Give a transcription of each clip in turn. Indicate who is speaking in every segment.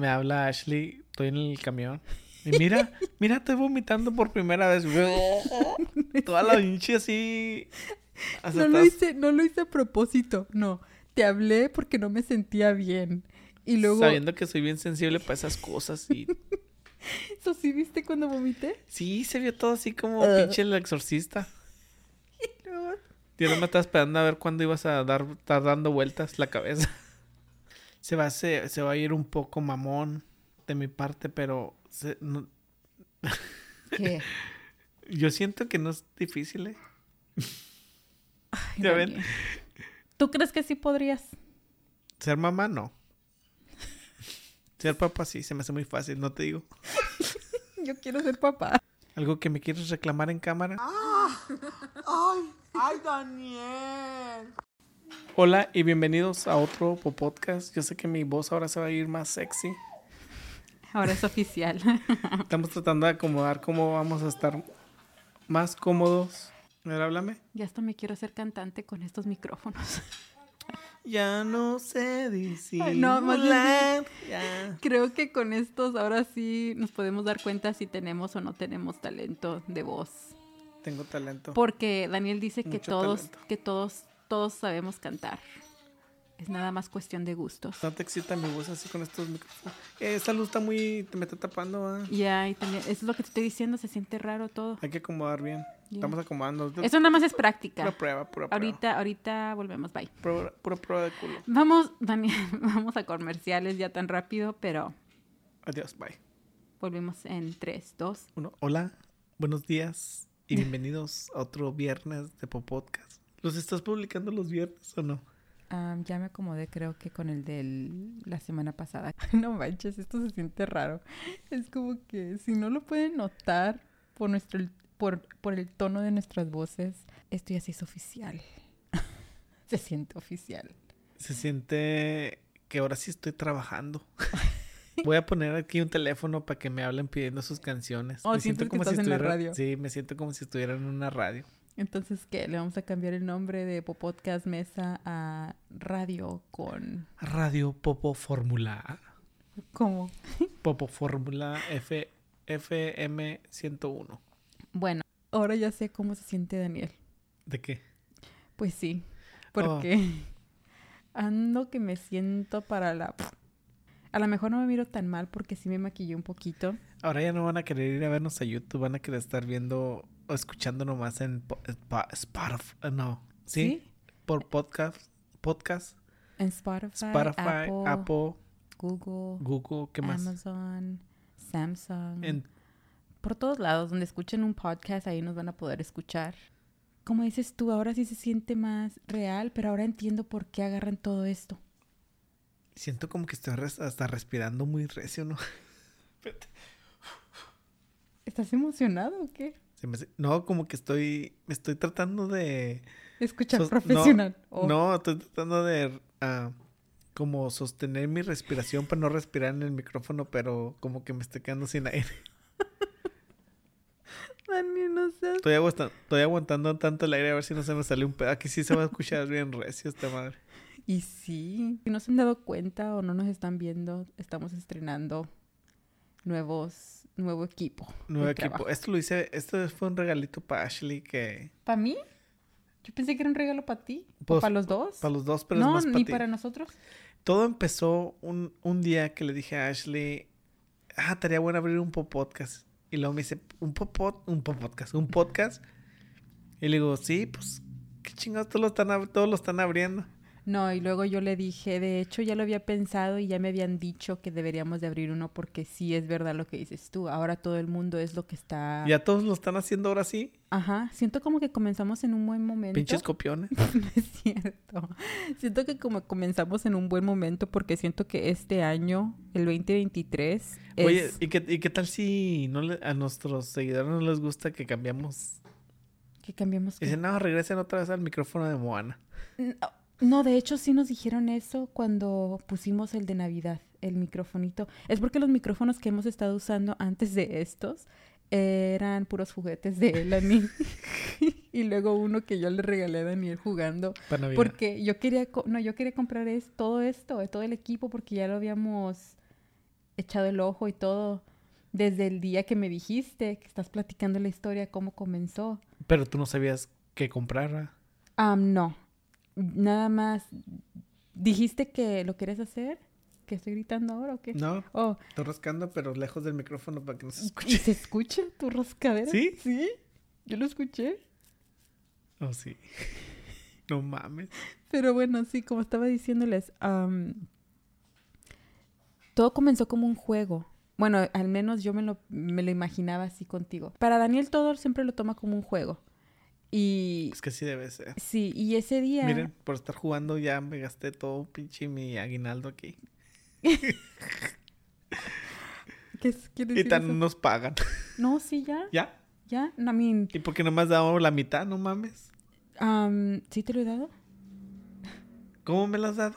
Speaker 1: Me habla Ashley, estoy en el camión. Y mira, mira, estoy vomitando por primera vez. Toda la hinche así.
Speaker 2: No lo, hice, no lo hice a propósito, no. Te hablé porque no me sentía bien. Y luego...
Speaker 1: Sabiendo que soy bien sensible para esas cosas y...
Speaker 2: ¿Eso sí viste cuando vomité?
Speaker 1: Sí, se vio todo así como
Speaker 2: Ah.
Speaker 1: pinche el exorcista.
Speaker 2: Y luego-
Speaker 1: Yo no me estaba esperando a ver cuándo ibas a dar, estar dando vueltas la cabeza. Se va, a hacer- se va a ir un poco mamón de mi parte, pero se- no-
Speaker 2: ¿Qué?
Speaker 1: yo siento que no es difícil, ¿eh?
Speaker 2: Ay,
Speaker 1: Ya ven.
Speaker 2: Daniel. ¿Tú crees que sí podrías?
Speaker 1: Ser mamá, no. Ser papá, sí, se me hace muy fácil, no te digo.
Speaker 2: Yo quiero ser papá.
Speaker 1: ¿Algo que me quieres reclamar en cámara? Ah.
Speaker 3: ¡Ay, Daniel!
Speaker 1: Hola y bienvenidos a otro podcast. Yo sé que mi voz ahora se va a ir más sexy.
Speaker 2: Ahora es oficial.
Speaker 1: Estamos tratando de acomodar cómo vamos a estar más cómodos. A ver, háblame.
Speaker 2: ya hasta me quiero hacer cantante con estos micrófonos.
Speaker 1: Ya no sé disimular.
Speaker 2: Ay, no, más bien
Speaker 1: Ya.
Speaker 2: Creo que con estos ahora sí nos podemos dar cuenta si tenemos o no tenemos talento de voz.
Speaker 1: Tengo talento.
Speaker 2: Porque Daniel dice que
Speaker 1: Mucho
Speaker 2: todos,
Speaker 1: talento.
Speaker 2: que todos, todos sabemos cantar. Es nada más cuestión de gustos.
Speaker 1: No te excita mi voz así con estos micrófonos. Eh, Esa luz está muy... Te me está tapando, ah.
Speaker 2: Ya, y también, eso es lo que te estoy diciendo, se siente raro todo.
Speaker 1: Hay que acomodar bien.
Speaker 2: Ya.
Speaker 1: Estamos acomodando.
Speaker 2: Eso nada más es práctica.
Speaker 1: Pura prueba, pura prueba.
Speaker 2: Ahorita, ahorita volvemos, bye.
Speaker 1: Pura, pura prueba de culo.
Speaker 2: Vamos, Daniel, vamos a comerciales ya tan rápido, pero
Speaker 1: Adiós, bye.
Speaker 2: volvemos en 3, 2.
Speaker 1: Uno, hola, buenos días y bienvenidos a otro viernes de Popodcast. ¿Los estás publicando los viernes o no?
Speaker 2: Am, Ah, ya me acomodé, creo que con el de la semana pasada. No manches, esto se siente raro. Es como que si no lo pueden notar por, nuestro, por, por el tono de nuestras voces, esto ya se hizo oficial. se siente oficial.
Speaker 1: Se siente que ahora sí estoy trabajando. Voy a poner aquí un teléfono para que me hablen pidiendo sus canciones.
Speaker 2: Oh, sientes que estás en la
Speaker 1: estuviera-
Speaker 2: radio.
Speaker 1: Sí, me siento como si estuviera en una radio.
Speaker 2: Entonces, ¿qué? Le vamos a cambiar el nombre de Podcast Mesa a Radio con...
Speaker 1: Radio Popo Fórmula.
Speaker 2: ¿Cómo?
Speaker 1: Popo Fórmula F FM 101.
Speaker 2: Bueno, ahora ya sé cómo se siente Daniel.
Speaker 1: ¿De qué?
Speaker 2: Pues sí,
Speaker 1: Oh.
Speaker 2: porque ando que me siento para la... A lo mejor no me miro tan mal porque sí me maquillé un poquito.
Speaker 1: Ahora ya no van a querer ir a vernos a YouTube, van a querer estar viendo o escuchando nomás en po- spa- Spotify, no, ¿sí? Por podcast, podcast,
Speaker 2: En Spotify,
Speaker 1: Spotify,
Speaker 2: Apple,
Speaker 1: Apple,
Speaker 2: Google,
Speaker 1: Google, ¿qué más?
Speaker 2: Amazon, Samsung.
Speaker 1: En-
Speaker 2: Por todos lados, donde escuchen un podcast, ahí nos van a poder escuchar. Como dices tú, ahora sí se siente más real, pero ahora entiendo por qué agarran todo esto.
Speaker 1: siento como que estoy res- hasta respirando muy recio, ¿no? Espérate.
Speaker 2: ¿Estás emocionado o qué?
Speaker 1: Se me hace- no, como que estoy, me estoy tratando de...
Speaker 2: Escuchar
Speaker 1: sos- no,
Speaker 2: profesional. Oh.
Speaker 1: No, estoy tratando de... ah, como sostener mi respiración para no respirar en el micrófono, pero como que me estoy quedando sin aire.
Speaker 2: Dani, no seas
Speaker 1: Estoy aguantando, estoy aguantando tanto el aire a ver si no se me sale un pedo. Aquí sí se va a escuchar bien recio esta madre.
Speaker 2: Y sí, si no se han dado cuenta o no nos están viendo, estamos estrenando nuevos, nuevo equipo.
Speaker 1: Nuevo equipo. Esto lo hice, esto fue un regalito para Ashley que...
Speaker 2: ¿Para mí? Yo pensé que era un regalo para ti.
Speaker 1: Pues,
Speaker 2: ¿Para los dos?
Speaker 1: Para los dos, pero
Speaker 2: no,
Speaker 1: es más
Speaker 2: ni
Speaker 1: para ti.
Speaker 2: para nosotros.
Speaker 1: Todo empezó un, un día que le dije a Ashley, ah, estaría bueno abrir un podcast. Y luego me dice, un popot, un podcast, un podcast. Y le digo, sí, pues, qué chingados, todos lo están, ab- todos lo están abriendo.
Speaker 2: No, y luego yo le dije, de hecho ya lo había pensado y ya me habían dicho que deberíamos de abrir uno porque sí es verdad lo que dices tú. Ahora todo el mundo es lo que está...
Speaker 1: Ya todos lo están haciendo ahora sí.
Speaker 2: Ajá, siento como que comenzamos en un buen momento.
Speaker 1: Pinches copiones.
Speaker 2: No es cierto. Siento que como comenzamos en un buen momento porque siento que este año, el 2023, es...
Speaker 1: Oye, ¿y qué, y qué tal si no le- a nuestros seguidores no les gusta que cambiamos?
Speaker 2: que cambiamos...
Speaker 1: Y Dicen, no, regresen otra vez al micrófono de Moana.
Speaker 2: No, no, de hecho sí nos dijeron eso cuando pusimos el de Navidad, el microfonito. Es porque los micrófonos que hemos estado usando antes de estos eran puros juguetes de Elani. y luego uno que yo le regalé a Daniel jugando
Speaker 1: Para Navidad.
Speaker 2: Porque yo quería, co- no, yo quería comprar es, todo esto, eh, todo el equipo, porque ya lo habíamos echado el ojo y todo desde el día que me dijiste que estás platicando la historia, cómo comenzó.
Speaker 1: Pero tú no sabías qué comprar. ¿verdad?
Speaker 2: Ah, no. Nada más dijiste que lo quieres hacer, que estoy gritando ahora o qué?
Speaker 1: No,
Speaker 2: Oh,
Speaker 1: estoy rascando, pero lejos del micrófono para que no se
Speaker 2: ¿y
Speaker 1: escuche.
Speaker 2: se escucha tu rascadera?
Speaker 1: ¿Sí?
Speaker 2: Sí. Yo lo escuché.
Speaker 1: Oh, sí. No mames.
Speaker 2: Pero bueno, sí, como estaba diciéndoles, am, todo comenzó como un juego. Bueno, al menos yo me lo, me lo imaginaba así contigo. Para Daniel todo siempre lo toma como un juego. Y
Speaker 1: Es que así debe ser.
Speaker 2: sí, y ese día...
Speaker 1: Miren, por estar jugando ya me gasté todo pinche mi aguinaldo aquí.
Speaker 2: ¿Qué es- quiere
Speaker 1: Y
Speaker 2: decir eso?
Speaker 1: tan nos pagan.
Speaker 2: No, sí, ya,
Speaker 1: ¿Ya?
Speaker 2: ya. No, I mean,
Speaker 1: ¿Y por qué nomás damos la mitad? No mames.
Speaker 2: am, ¿sí te lo he dado?
Speaker 1: ¿Cómo me lo has dado?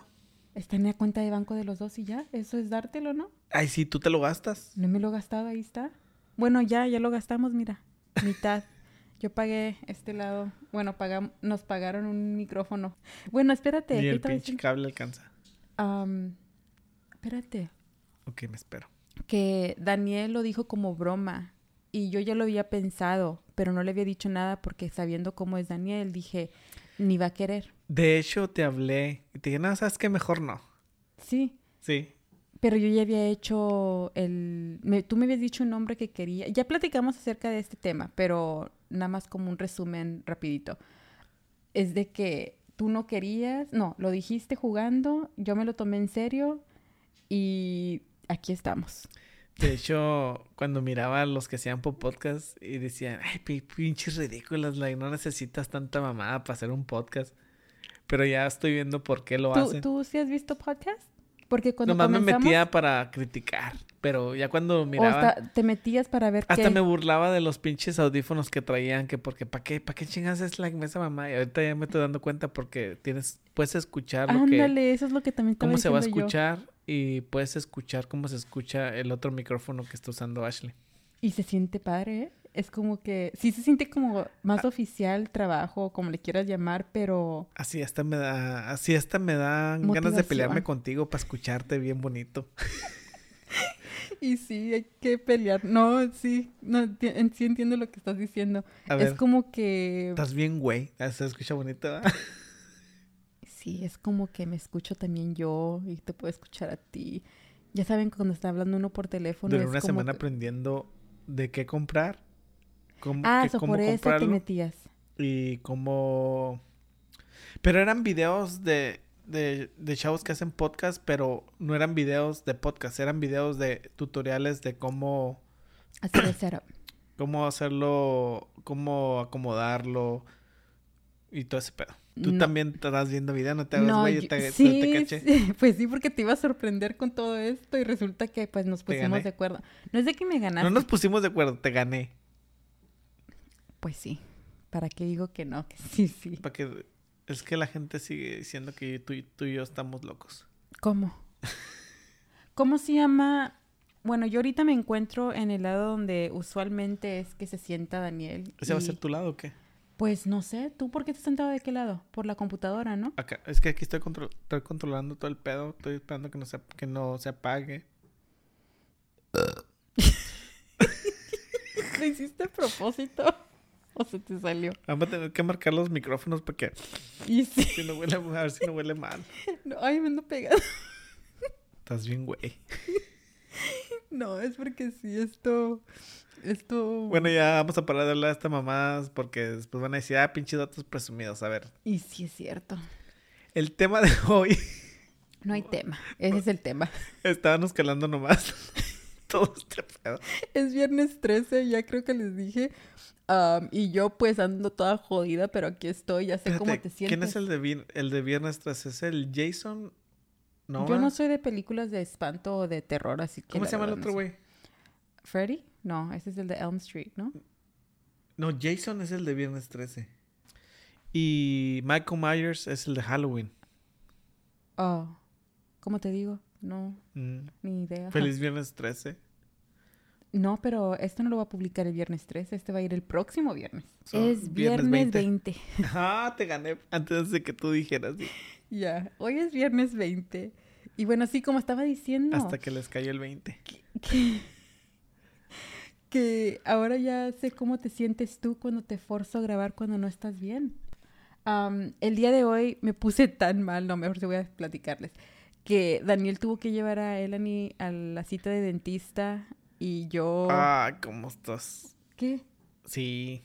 Speaker 2: Está en la cuenta de banco de los dos y ya. Eso es dártelo, ¿no?
Speaker 1: Ay, sí, tú te lo gastas.
Speaker 2: No me lo he gastado, ahí está. Bueno, ya, ya lo gastamos, mira. Mitad. Yo pagué este lado. Bueno, pagam- nos pagaron un micrófono. Bueno, espérate.
Speaker 1: Ni
Speaker 2: ¿qué
Speaker 1: el
Speaker 2: estaba
Speaker 1: pinche
Speaker 2: diciendo?
Speaker 1: cable alcanza.
Speaker 2: Am, espérate.
Speaker 1: Ok, me espero.
Speaker 2: Que Daniel lo dijo como broma. Y yo ya lo había pensado, pero no le había dicho nada porque sabiendo cómo es Daniel, dije, ni va a querer.
Speaker 1: De hecho, te hablé y te dije, no, sabes que mejor no.
Speaker 2: Sí,
Speaker 1: Sí.
Speaker 2: Pero yo ya había hecho el... me- tú me habías dicho un nombre que quería. Ya platicamos acerca de este tema, pero nada más como un resumen rapidito. Es de que tú no querías, no, lo dijiste jugando, yo me lo tomé en serio y aquí estamos.
Speaker 1: De hecho, cuando miraba a los que hacían po- podcast y decían, ay, pi- pinches ridículas, like, no necesitas tanta mamada para hacer un podcast. Pero ya estoy viendo por qué lo
Speaker 2: ¿Tú,
Speaker 1: hacen.
Speaker 2: ¿Tú sí has visto podcast? Porque cuando
Speaker 1: Nomás me
Speaker 2: comenzamos...
Speaker 1: metía para criticar, pero ya cuando
Speaker 2: o
Speaker 1: miraba...
Speaker 2: hasta te metías para ver
Speaker 1: Hasta
Speaker 2: qué-
Speaker 1: me burlaba de los pinches audífonos que traían, que porque, ¿para qué? ¿Para qué chingas es la esa mamá? Y ahorita ya me estoy dando cuenta porque tienes, puedes escuchar lo que,
Speaker 2: Ándale, eso es lo que también estaba
Speaker 1: cómo se va a
Speaker 2: diciendo yo.
Speaker 1: escuchar y puedes escuchar cómo se escucha el otro micrófono que está usando Ashley.
Speaker 2: Y se siente padre, ¿eh? Es como que sí se siente como
Speaker 1: Ah.
Speaker 2: más oficial trabajo, como le quieras llamar, pero
Speaker 1: Así hasta me da, así hasta me dan ganas de pelearme
Speaker 2: Motivación.
Speaker 1: contigo para escucharte bien bonito.
Speaker 2: y sí hay que pelear. No, sí, no enti- en- sí entiendo lo que estás diciendo.
Speaker 1: A ver,
Speaker 2: Es como que
Speaker 1: estás bien güey, Ah, se escucha bonito. ¿verdad?
Speaker 2: sí, es como que me escucho también yo y te puedo escuchar a ti. Ya saben cuando está hablando uno por teléfono
Speaker 1: Duré
Speaker 2: es
Speaker 1: una
Speaker 2: como
Speaker 1: semana
Speaker 2: que-
Speaker 1: aprendiendo de qué comprar, cómo,
Speaker 2: Ah,
Speaker 1: qué-
Speaker 2: eso
Speaker 1: cómo
Speaker 2: por eso te
Speaker 1: comprarlo.
Speaker 2: metías.
Speaker 1: Y como... Pero eran videos de, de, de chavos que hacen podcast, pero no eran videos de podcast, eran videos de tutoriales de cómo,
Speaker 2: Hacer el setup.
Speaker 1: cómo hacerlo, cómo acomodarlo y todo ese pedo. Tú
Speaker 2: No.
Speaker 1: también estás viendo video, ¿eh? no te hagas
Speaker 2: No,
Speaker 1: güey, yo
Speaker 2: yo-
Speaker 1: te, te- te
Speaker 2: sí,
Speaker 1: caché.
Speaker 2: sí, pues sí, porque te iba a sorprender con todo esto y resulta que pues nos
Speaker 1: Te gané.
Speaker 2: pusimos de acuerdo. No es de que me ganaste.
Speaker 1: No nos pusimos de acuerdo, te gané.
Speaker 2: Pues sí. ¿Para qué digo que no? Que sí, sí.
Speaker 1: Para que... Es que la gente sigue diciendo que tú, y- tú y yo estamos locos.
Speaker 2: ¿Cómo? ¿Cómo se llama? Bueno, yo ahorita me encuentro en el lado donde usualmente es que se sienta Daniel.
Speaker 1: ¿Ese va a
Speaker 2: y,
Speaker 1: ser tu lado o qué?
Speaker 2: Pues no sé, ¿tú por qué te has sentado de qué lado? Por la computadora, ¿no?
Speaker 1: Acá, es que aquí estoy, contro- estoy controlando todo el pedo. Estoy esperando que no se, que no se apague.
Speaker 2: ¿Lo hiciste a propósito? ¿O se te salió?
Speaker 1: Vamos a tener que marcar los micrófonos para que
Speaker 2: Y sí.
Speaker 1: si no huele, a ver si no huele mal.
Speaker 2: No, ay, me ando pegando.
Speaker 1: Estás bien, güey.
Speaker 2: No, es porque sí, esto... Esto...
Speaker 1: Bueno, ya vamos a parar de hablar de esta mamá porque después van a decir, ah, pinches datos presumidos. A ver,
Speaker 2: Y sí es cierto.
Speaker 1: el tema de hoy
Speaker 2: No hay tema. Ese es el tema.
Speaker 1: estábamos calando nomás todo este pedo.
Speaker 2: Es viernes 13, ya creo que les dije. Am, y yo pues ando toda jodida, pero aquí estoy, ya sé cómo
Speaker 1: Espérate,
Speaker 2: te sientes.
Speaker 1: ¿Quién es el de, vi- el de viernes tras? ¿Es el Jason? No,
Speaker 2: Yo
Speaker 1: ¿verdad?
Speaker 2: no soy de películas de espanto o de terror, así que...
Speaker 1: ¿Cómo
Speaker 2: la
Speaker 1: se llama el
Speaker 2: verdad no
Speaker 1: otro
Speaker 2: sé.
Speaker 1: güey?
Speaker 2: ¿Freddy? No, ese es el de Elm Street, ¿no?
Speaker 1: No, Jason es el de Viernes 13. Y Michael Myers es el de Halloween.
Speaker 2: Oh, ¿cómo te digo? No,
Speaker 1: Mm.
Speaker 2: ni idea.
Speaker 1: Feliz Viernes 13.
Speaker 2: No, pero esto no lo va a publicar el viernes 13, este va a ir el próximo viernes.
Speaker 1: So,
Speaker 2: es viernes, 20.
Speaker 1: Ah, te gané antes de que tú dijeras. sí.
Speaker 2: Ya, hoy es viernes 20. Y bueno, sí, como estaba diciendo...
Speaker 1: Hasta que les cayó el 20.
Speaker 2: que, que ahora ya sé cómo te sientes tú cuando te forzo a grabar cuando no estás bien. Am, el día de hoy me puse tan mal, no, mejor te voy a platicarles, que Daniel tuvo que llevar a Elani a la cita de dentista y yo...
Speaker 1: Ah, ¿cómo estás?
Speaker 2: ¿Qué?
Speaker 1: Sí,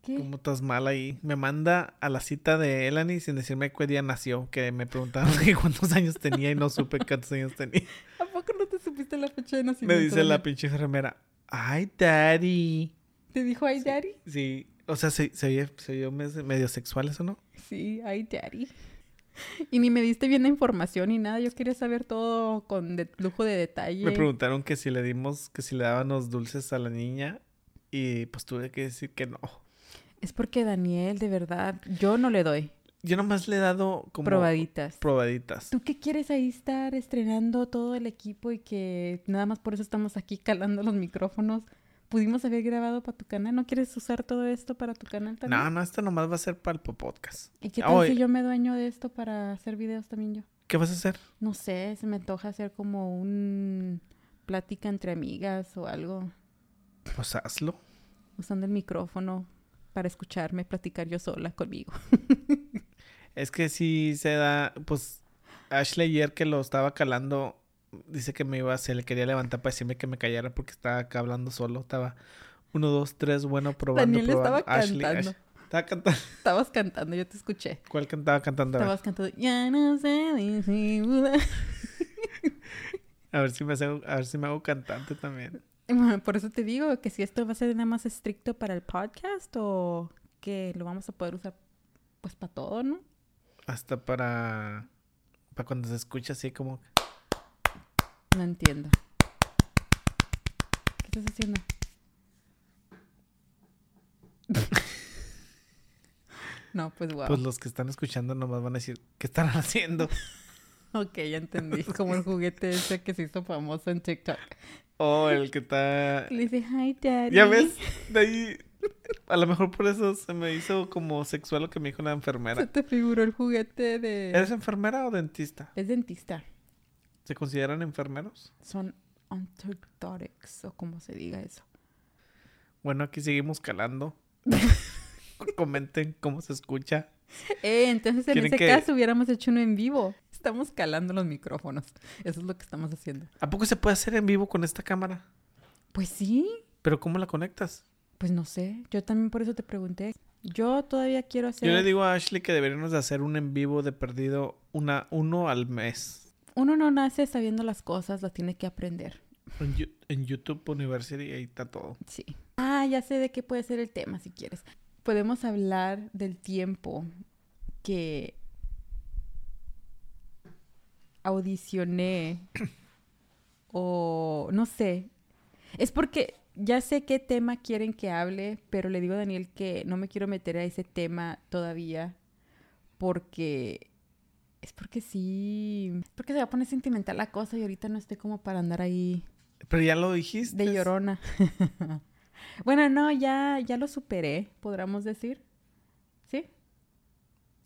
Speaker 2: ¿Qué?
Speaker 1: ¿cómo estás mal ahí? Me manda a la cita de Elani sin decirme qué día nació, que me preguntaron que cuántos años tenía y no supe cuántos años tenía.
Speaker 2: ¿A poco no te supiste la fecha de nacimiento?
Speaker 1: Me dice la
Speaker 2: Daniel?
Speaker 1: pinche enfermera, ay, daddy.
Speaker 2: ¿Te dijo ay, daddy?
Speaker 1: Sí, o sea, se, se, oye- se oyó mes- medio sexual eso, ¿no?
Speaker 2: Sí, ay, daddy. Y ni me diste bien la información ni nada. Yo quería saber todo con de- lujo de detalle.
Speaker 1: Me preguntaron que si le dimos, que si le dábamos dulces a la niña y pues tuve que decir que no.
Speaker 2: Es porque Daniel, de verdad, yo no le doy
Speaker 1: Yo nomás le he dado como
Speaker 2: probaditas.
Speaker 1: probaditas.
Speaker 2: ¿Tú qué quieres ahí estar estrenando todo el equipo y que nada más por eso estamos aquí calando los micrófonos? Pudimos haber grabado para tu canal. ¿No quieres usar todo esto para tu canal también?
Speaker 1: No, no, esto nomás va a ser para el podcast.
Speaker 2: ¿Y qué tal
Speaker 1: Oye.
Speaker 2: si yo me dueño de esto para hacer videos también yo?
Speaker 1: ¿Qué vas a hacer?
Speaker 2: No sé, se me antoja hacer como un plática entre amigas o algo,
Speaker 1: Pues hazlo.
Speaker 2: usando el micrófono para escucharme platicar yo sola conmigo.
Speaker 1: Es que si se da, pues Ashley ayer que lo estaba calando, dice que me iba, se le quería levantar para decirme que me callara porque estaba acá hablando solo. Estaba uno, dos, tres, bueno, probando,
Speaker 2: Daniel
Speaker 1: probando.
Speaker 2: estaba
Speaker 1: Ashley,
Speaker 2: cantando.
Speaker 1: Ash- estaba cantando.
Speaker 2: Estabas cantando, yo te escuché.
Speaker 1: ¿Cuál cantaba cantando? A ver,
Speaker 2: Estabas cantando, ya no sé disimular".
Speaker 1: a ver si me hago, a ver si me hago cantante también.
Speaker 2: Por eso te digo que si esto va a ser nada más estricto para el podcast o que lo vamos a poder usar pues para todo, ¿no?
Speaker 1: Hasta para. Para cuando se escucha así como.
Speaker 2: No entiendo. ¿Qué estás haciendo? no, pues wow.
Speaker 1: Pues los que están escuchando nomás van a decir, ¿qué están haciendo?
Speaker 2: Ok, ya entendí. Como el juguete ese que se hizo famoso en TikTok.
Speaker 1: O el que está.
Speaker 2: Le dice, hi, daddy.
Speaker 1: Ya ves, de ahí. A lo mejor por eso se me hizo como sexual lo que me dijo la
Speaker 2: Se
Speaker 1: enfermera.
Speaker 2: te figuró el juguete de...
Speaker 1: ¿Eres enfermera o dentista?
Speaker 2: Es dentista.
Speaker 1: ¿Se consideran enfermeros?
Speaker 2: Son ontodontics, o como se diga eso.
Speaker 1: Bueno, aquí seguimos calando. Comenten cómo se escucha.
Speaker 2: Eh, entonces en
Speaker 1: ¿Quieren
Speaker 2: ese
Speaker 1: que-
Speaker 2: caso hubiéramos hecho uno en vivo. Estamos calando los micrófonos. Eso es lo que estamos haciendo.
Speaker 1: ¿A poco se puede hacer en vivo con esta cámara?
Speaker 2: Pues sí,
Speaker 1: ¿Pero cómo la conectas?
Speaker 2: Pues no sé, yo también por eso te pregunté. Yo todavía quiero hacer
Speaker 1: Yo le digo a Ashley que deberíamos de hacer un en vivo de perdido una, uno al mes.
Speaker 2: uno no nace sabiendo las cosas, las tiene que aprender.
Speaker 1: En, Yu- en YouTube University ahí está todo.
Speaker 2: Sí. Ah, ya sé de qué puede ser el tema si quieres. Podemos hablar del tiempo que audicioné o no sé. Es porque ya sé qué tema quieren que hable, pero le digo a Daniel que no me quiero meter a ese tema todavía porque es porque sí, es porque se va a poner sentimental la cosa y ahorita no estoy como para andar ahí
Speaker 1: Pero ya lo dijiste.
Speaker 2: de llorona. bueno, no, ya, ya lo superé, podríamos decir. ¿Sí?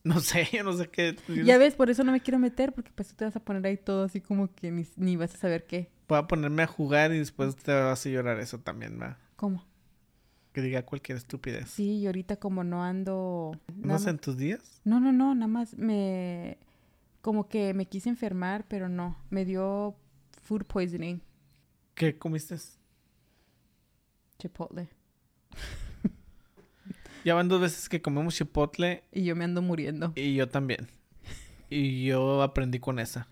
Speaker 1: No sé, yo no sé qué.
Speaker 2: Ya ves, por eso no me quiero meter, porque pues tú te vas a poner ahí todo así como que ni, ni vas a saber qué.
Speaker 1: Voy a ponerme a jugar y después te vas a llorar eso también, ¿verdad?
Speaker 2: ¿Cómo?
Speaker 1: Que diga cualquier estupidez.
Speaker 2: Sí, y ahorita como no ando... nada
Speaker 1: ¿No sé en
Speaker 2: más-
Speaker 1: tus días?
Speaker 2: No, no, no, nada más me... Como que me quise enfermar, pero no. Me dio food poisoning,
Speaker 1: ¿Qué comiste?
Speaker 2: chipotle.
Speaker 1: Ya van dos veces que comemos chipotle
Speaker 2: Y yo me ando muriendo.
Speaker 1: y yo también. Y yo aprendí con esa.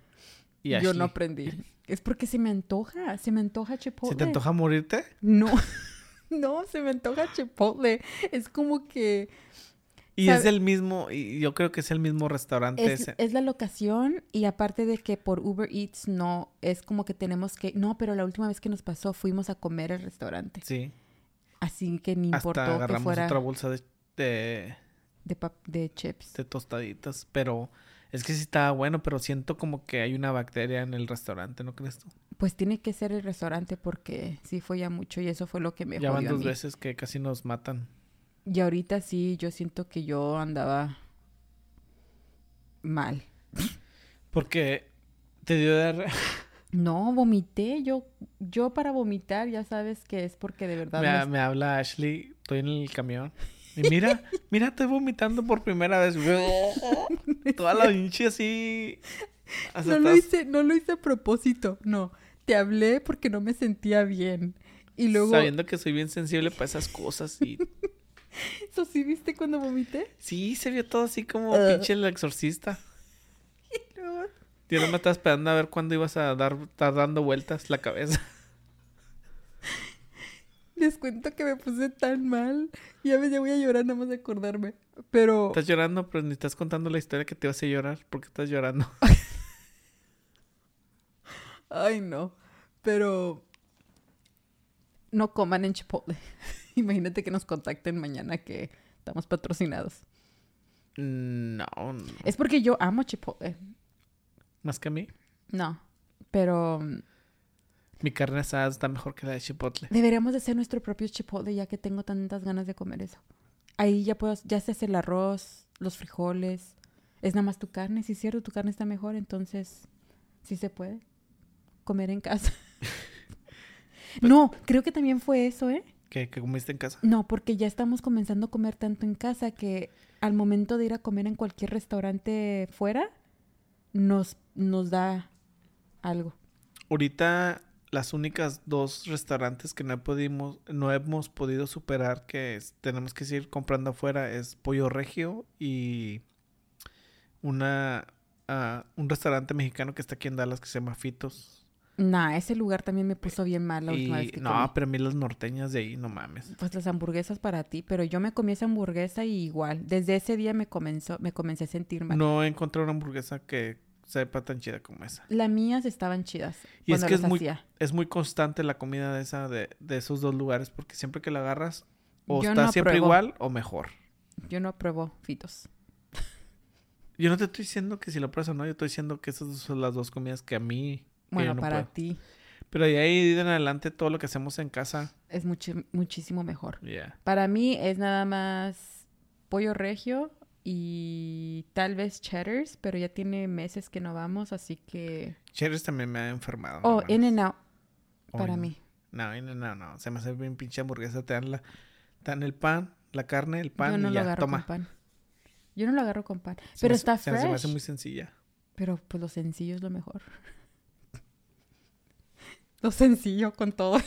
Speaker 1: Y
Speaker 2: Yo
Speaker 1: Ashley,
Speaker 2: no aprendí. Es porque se me antoja, se me antoja chipotle.
Speaker 1: ¿Se te antoja morirte?
Speaker 2: No, no, se me antoja Chipotle. Es como que
Speaker 1: Y
Speaker 2: ¿Sabe-
Speaker 1: es el mismo, y yo creo que es el mismo restaurante
Speaker 2: es,
Speaker 1: ese.
Speaker 2: es la locación y aparte de que por Uber Eats no, es como que tenemos que... No, pero la última vez que nos pasó fuimos a comer al restaurante.
Speaker 1: Sí.
Speaker 2: Así que ni
Speaker 1: Hasta
Speaker 2: importó que
Speaker 1: agarramos
Speaker 2: fuera
Speaker 1: otra bolsa de- de,
Speaker 2: de, pap- de chips.
Speaker 1: de tostaditas, pero es que sí estaba bueno, pero siento como que hay una bacteria en el restaurante, ¿no crees tú?
Speaker 2: Pues tiene que ser el restaurante porque sí fue ya mucho y eso fue lo que me
Speaker 1: ya van
Speaker 2: jodió a
Speaker 1: dos
Speaker 2: mí.
Speaker 1: veces que casi nos matan.
Speaker 2: Y ahorita sí, yo siento que yo andaba mal.
Speaker 1: Porque te dio diarrea.
Speaker 2: No, vomité. Yo, yo para vomitar ya sabes que es porque de verdad...
Speaker 1: Me,
Speaker 2: no
Speaker 1: ha- me habla Ashley, estoy en el camión. Y mira, mira, estoy vomitando por primera vez. Toda la hinche así. hasta
Speaker 2: No lo
Speaker 1: atrás.
Speaker 2: hice, no lo hice a propósito, no. Te hablé porque no me sentía bien. Y luego,
Speaker 1: Sabiendo que soy bien sensible para esas cosas. Y...
Speaker 2: ¿eso sí viste cuando vomité?
Speaker 1: Sí, se vio todo así como
Speaker 2: Ah.
Speaker 1: pinche el exorcista.
Speaker 2: Y luego,
Speaker 1: Yo no me estaba esperando a ver cuándo ibas a dar, estar dando vueltas la cabeza.
Speaker 2: les cuento que me puse tan mal. Ya me ya voy a llorar nada más de acordarme. Pero
Speaker 1: Estás llorando, pero ni estás contando la historia que te vas a llorar. ¿Por qué estás llorando?
Speaker 2: Ay, no. Pero no coman en Chipotle. Imagínate que nos contacten mañana que estamos patrocinados.
Speaker 1: No, no.
Speaker 2: Es porque yo amo Chipotle.
Speaker 1: más que a mí.
Speaker 2: No. Pero mm,
Speaker 1: Mi carne asada está mejor que la de Chipotle.
Speaker 2: deberíamos de hacer nuestro propio Chipotle ya que tengo tantas ganas de comer eso. Ahí ya puedo, ya se hace el arroz, los frijoles. Es nada más tu carne. Si es cierto, tu carne está mejor, entonces sí se puede comer en casa. no, Pues creo que también fue eso, ¿eh?
Speaker 1: ¿Qué, qué comiste en casa?
Speaker 2: No, porque ya estamos comenzando a comer tanto en casa que al momento de ir a comer en cualquier restaurante fuera, nos, nos da algo.
Speaker 1: Ahorita las únicas dos restaurantes que no, pudimos, no hemos podido superar que es- tenemos que seguir comprando afuera es Pollo Regio y una ah, un restaurante mexicano que está aquí en Dallas que se llama Fitos.
Speaker 2: Nah, ese lugar también me puso bien mal la última vez
Speaker 1: Y
Speaker 2: que
Speaker 1: no,
Speaker 2: comí.
Speaker 1: pero a mí las norteñas de ahí, no mames.
Speaker 2: Pues las hamburguesas para ti, pero yo me comí esa hamburguesa y igual, desde ese día me comenzó, me comencé a sentir mal.
Speaker 1: No encontré una hamburguesa que sepa tan chida como esa.
Speaker 2: Las mías estaban chidas
Speaker 1: Y es
Speaker 2: cuando
Speaker 1: que es
Speaker 2: las
Speaker 1: muy-
Speaker 2: hacía.
Speaker 1: Es muy constante la comida de esa de, de esos dos lugares porque siempre que la agarras o
Speaker 2: Yo
Speaker 1: está
Speaker 2: no
Speaker 1: siempre
Speaker 2: apruebo.
Speaker 1: igual o mejor.
Speaker 2: Yo no apruebo fitos.
Speaker 1: Yo no te estoy diciendo que si lo pruebas o no, yo estoy diciendo que esas son las dos comidas que a mí. que
Speaker 2: Bueno,
Speaker 1: yo no
Speaker 2: para
Speaker 1: puedo.
Speaker 2: ti
Speaker 1: Pero de ahí en adelante todo lo que hacemos en casa.
Speaker 2: es muchi- muchísimo mejor.
Speaker 1: ya
Speaker 2: Para mí es nada más pollo regio y tal vez cheddars, pero ya tiene meses que no vamos, así que...
Speaker 1: Cheddar también me ha enfermado. no
Speaker 2: Oh,
Speaker 1: mames.
Speaker 2: in and out
Speaker 1: Oh,
Speaker 2: para
Speaker 1: no.
Speaker 2: mí.
Speaker 1: No, no, no, no. Se me hace bien pinche hamburguesa. Te dan, la, te dan el pan, la carne, el pan
Speaker 2: Yo no
Speaker 1: y
Speaker 2: lo
Speaker 1: ya.
Speaker 2: agarro
Speaker 1: Toma.
Speaker 2: con pan. Yo no lo agarro con pan.
Speaker 1: Se me
Speaker 2: pero
Speaker 1: hace-
Speaker 2: está
Speaker 1: se
Speaker 2: fresh.
Speaker 1: me- Se me hace muy sencilla.
Speaker 2: Pero pues lo sencillo es lo mejor. Lo sencillo con todo.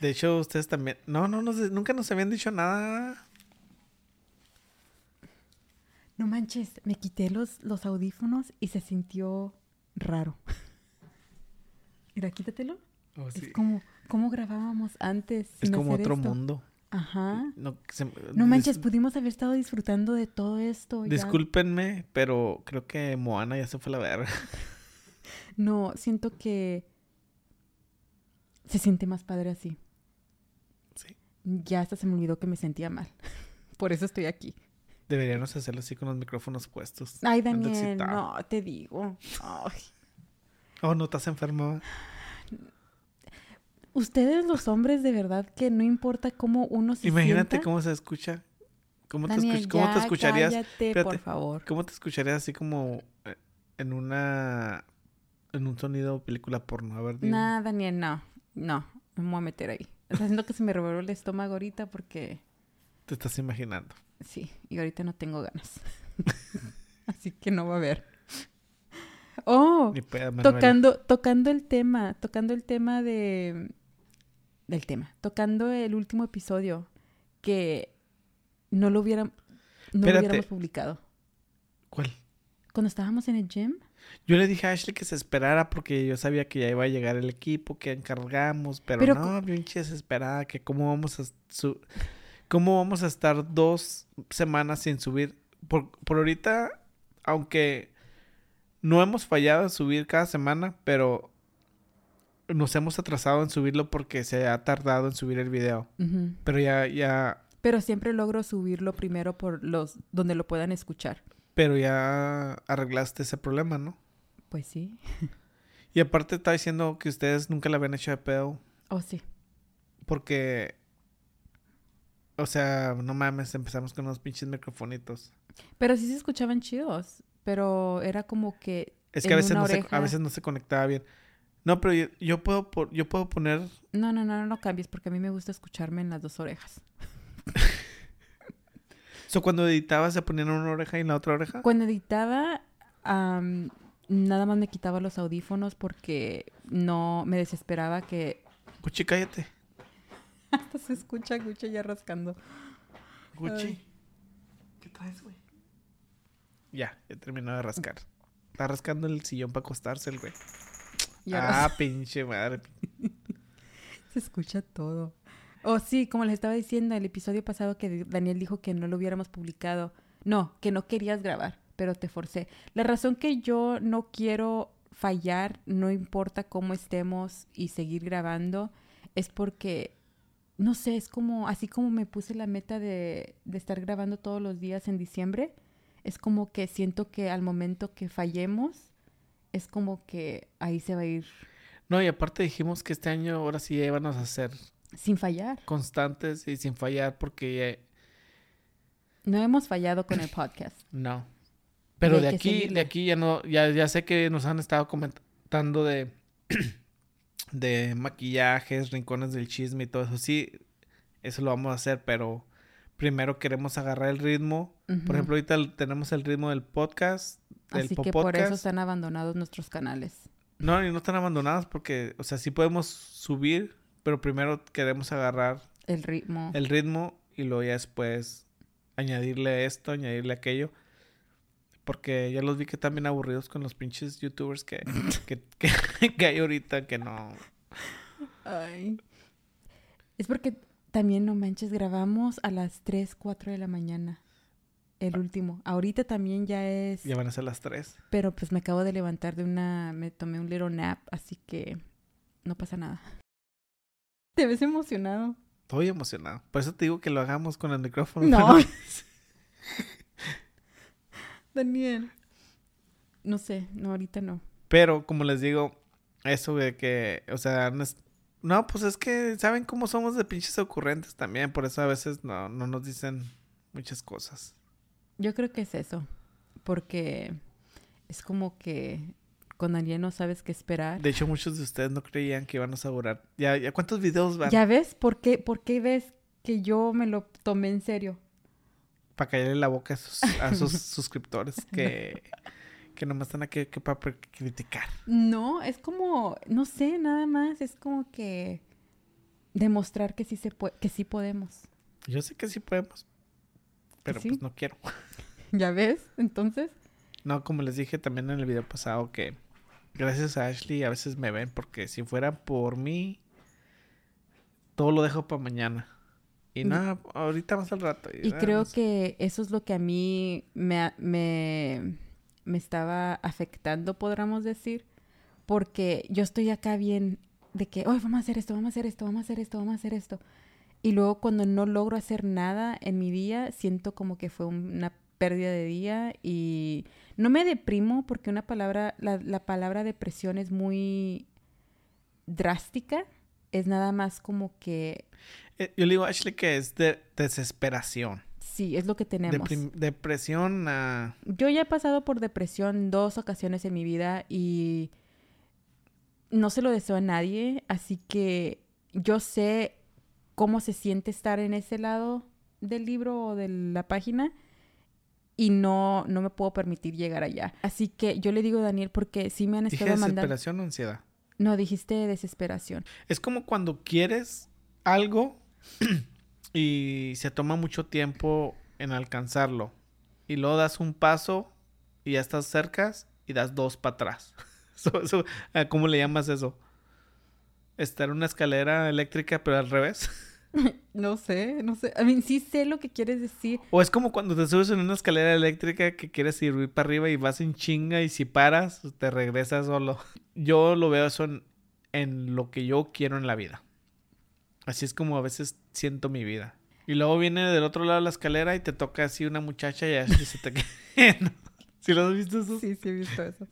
Speaker 1: De hecho, ustedes también. No, no, nos- nunca nos habían dicho nada.
Speaker 2: No manches, me quité los, los audífonos y se sintió raro. Mira, quítatelo.
Speaker 1: Oh, sí.
Speaker 2: Es como, ¿cómo grabábamos antes?
Speaker 1: Es
Speaker 2: sin
Speaker 1: como
Speaker 2: hacer
Speaker 1: otro
Speaker 2: esto?
Speaker 1: mundo. Mm,
Speaker 2: Ajá.
Speaker 1: No, se-
Speaker 2: No
Speaker 1: dis-
Speaker 2: manches, pudimos haber estado disfrutando de todo esto. ya.
Speaker 1: Discúlpenme, pero creo que Moana ya se fue a la verga.
Speaker 2: No, siento que se siente más padre así.
Speaker 1: Sí.
Speaker 2: Ya hasta se me olvidó que me sentía mal. Por eso estoy aquí.
Speaker 1: Deberíamos hacerlo así con los micrófonos puestos.
Speaker 2: Ay,
Speaker 1: Ando
Speaker 2: Daniel,
Speaker 1: excitado.
Speaker 2: no, te digo. Ay.
Speaker 1: Oh, no estás enfermo.
Speaker 2: Ustedes los hombres, de verdad, que no importa cómo uno se
Speaker 1: Imagínate
Speaker 2: sienta.
Speaker 1: cómo se escucha. ¿Cómo, te,
Speaker 2: Daniel,
Speaker 1: escuch- cómo te
Speaker 2: ya
Speaker 1: escucharías?
Speaker 2: cállate, por
Speaker 1: Espérate.
Speaker 2: favor.
Speaker 1: ¿Cómo te escucharías así como eh, en una en un sonido película porno? A ver, dime.
Speaker 2: Nah, Daniel, no. No, no me voy a meter ahí. Está haciendo que se me revolvió el estómago ahorita porque...
Speaker 1: Te estás imaginando.
Speaker 2: Sí, y ahorita no tengo ganas. Así que no va a haber. Oh,
Speaker 1: Ni peda, Manuel.
Speaker 2: tocando, tocando el tema, tocando el tema de... Del tema, tocando el último episodio que no lo hubieran... No lo
Speaker 1: Espérate.
Speaker 2: hubiéramos publicado.
Speaker 1: ¿Cuál?
Speaker 2: Cuando estábamos en el gym,
Speaker 1: Yo le dije a Ashley que se esperara porque yo sabía que ya iba a llegar el equipo que encargamos, pero,
Speaker 2: Pero
Speaker 1: no, pinche desesperada, que cómo vamos a su- cómo vamos a estar dos semanas sin subir. Por, por ahorita, aunque no hemos fallado en subir cada semana, pero nos hemos atrasado en subirlo porque se ha tardado en subir el video.
Speaker 2: ujú,
Speaker 1: Pero ya, ya,
Speaker 2: pero siempre logro subirlo primero por los... donde lo puedan escuchar.
Speaker 1: pero ya arreglaste ese problema, ¿no?
Speaker 2: Pues sí.
Speaker 1: Y aparte está diciendo que ustedes nunca le habían hecho de pedo.
Speaker 2: Oh, sí.
Speaker 1: Porque. O sea, no mames, empezamos con unos pinches microfonitos.
Speaker 2: Pero sí se escuchaban chidos. Pero era como que
Speaker 1: Es que a
Speaker 2: en
Speaker 1: veces,
Speaker 2: una
Speaker 1: no se, a
Speaker 2: oreja.
Speaker 1: veces no se conectaba bien. No, pero yo, yo puedo, por- yo puedo poner...
Speaker 2: No, no, no, no lo cambies porque a mí me gusta escucharme en las dos orejas.
Speaker 1: O sea, cuando editaba se ponían una oreja y en la otra oreja.
Speaker 2: Cuando editaba, am, nada más me quitaba los audífonos porque no me desesperaba que
Speaker 1: Gucci, cállate.
Speaker 2: hasta se escucha Gucci ya rascando.
Speaker 1: Gucci.
Speaker 2: Ay.
Speaker 1: ¿Qué traes, güey? Ya, ya terminó de rascar. Está rascando el sillón para acostarse el güey.
Speaker 2: Y ahora
Speaker 1: Ah, pinche madre.
Speaker 2: se escucha todo. Oh, sí, como les estaba diciendo el episodio pasado que Daniel dijo que no lo hubiéramos publicado. No, que no querías grabar, pero te forcé. La razón que yo no quiero fallar, no importa cómo estemos y seguir grabando, es porque, no sé, es como, así como me puse la meta de, de estar grabando todos los días en diciembre, es como que siento que al momento que fallemos, es como que ahí se va a ir
Speaker 1: No, y aparte dijimos que este año ahora sí íbamos a ser
Speaker 2: sin fallar.
Speaker 1: constantes y sin fallar porque eh,
Speaker 2: No hemos fallado con el podcast.
Speaker 1: no. Pero
Speaker 2: hay
Speaker 1: de
Speaker 2: que
Speaker 1: aquí,
Speaker 2: seguirle.
Speaker 1: de aquí ya no, ya, ya sé que nos han estado comentando de, de maquillajes, rincones del chisme y todo eso. Sí, eso lo vamos a hacer, pero primero queremos agarrar el ritmo.
Speaker 2: Ujú.
Speaker 1: Por ejemplo, ahorita el- tenemos el ritmo del podcast, del
Speaker 2: Así que por
Speaker 1: popodcast.
Speaker 2: eso están abandonados nuestros canales.
Speaker 1: No, y no están abandonados porque, o sea, sí podemos subir, pero primero queremos agarrar
Speaker 2: El ritmo.
Speaker 1: el ritmo y luego ya después añadirle esto, añadirle aquello. Porque ya los vi que están bien aburridos con los pinches youtubers que, que, que- que hay ahorita que no.
Speaker 2: Ay. Es porque también, no manches, grabamos a las 3, 4 de la mañana. El último. Ahorita también ya es...
Speaker 1: Ya van a ser las tres.
Speaker 2: Pero pues me acabo de levantar de una... Me tomé un little nap, así que no pasa nada. Te ves emocionado.
Speaker 1: Estoy emocionado. Por eso te digo que lo hagamos con el micrófono.
Speaker 2: No.
Speaker 1: pero-
Speaker 2: Daniel. No sé, no, ahorita no.
Speaker 1: Pero como les digo, eso de que, o sea, no, es- no, pues es que saben cómo somos de pinches ocurrentes también, por eso a veces no, no nos dicen muchas cosas.
Speaker 2: Yo creo que es eso, porque es como que con Daniel no sabes qué esperar.
Speaker 1: De hecho, muchos de ustedes no creían que iban a saborar. Ya, ya ¿cuántos videos van?
Speaker 2: ¿Ya ves por qué, por qué ves que yo me lo tomé en serio?
Speaker 1: Para callarle la boca a sus, a sus suscriptores que, que nomás están aquí que para criticar.
Speaker 2: No, es como, no sé, nada más, es como que demostrar que sí se puede, que sí podemos.
Speaker 1: Yo sé que sí podemos, pero
Speaker 2: sí?
Speaker 1: pues no quiero.
Speaker 2: ¿Ya ves? Entonces,
Speaker 1: No, como les dije también en el video pasado que gracias a Ashley a veces me ven porque si fuera por mí todo lo dejo para mañana. Y
Speaker 2: Mm.
Speaker 1: nada, ahorita más al rato.
Speaker 2: y
Speaker 1: nada,
Speaker 2: creo
Speaker 1: más.
Speaker 2: que eso es lo que a mí me, a- me, me estaba afectando, podríamos decir, porque yo estoy acá bien de que, hoy vamos a hacer esto, vamos a hacer esto, vamos a hacer esto, vamos a hacer esto. Y luego cuando no logro hacer nada en mi día, siento como que fue un- una pérdida de día y no me deprimo porque una palabra, la, la palabra depresión es muy drástica, es nada más como que
Speaker 1: Eh, yo le digo a Ashley que es de desesperación.
Speaker 2: sí, es lo que tenemos.
Speaker 1: Deprim- depresión ah,
Speaker 2: Yo ya he pasado por depresión dos ocasiones en mi vida y no se lo deseo a nadie, así que yo sé cómo se siente estar en ese lado del libro o de la página y no, no me puedo permitir llegar allá. Así que yo le digo a Daniel porque sí me han
Speaker 1: dije
Speaker 2: estado mandando...
Speaker 1: desesperación o ansiedad.
Speaker 2: No, dijiste desesperación.
Speaker 1: Es como cuando quieres algo y se toma mucho tiempo en alcanzarlo. Y luego das un paso y ya estás cerca y das dos para atrás. Eso- eso, ah, ¿Cómo le llamas eso? Estar en una escalera eléctrica pero al revés.
Speaker 2: No sé, no sé. A mí sí sé lo que quieres decir.
Speaker 1: O es como cuando te subes en una escalera eléctrica que quieres ir para arriba y vas en chinga y si paras te regresas solo. Yo lo veo eso en, en lo que yo quiero en la vida. Así es como a veces siento mi vida. Y luego viene del otro lado de la escalera y te toca así una muchacha y así se te queda. ¿Sí lo has visto eso?
Speaker 2: Sí, sí he visto eso.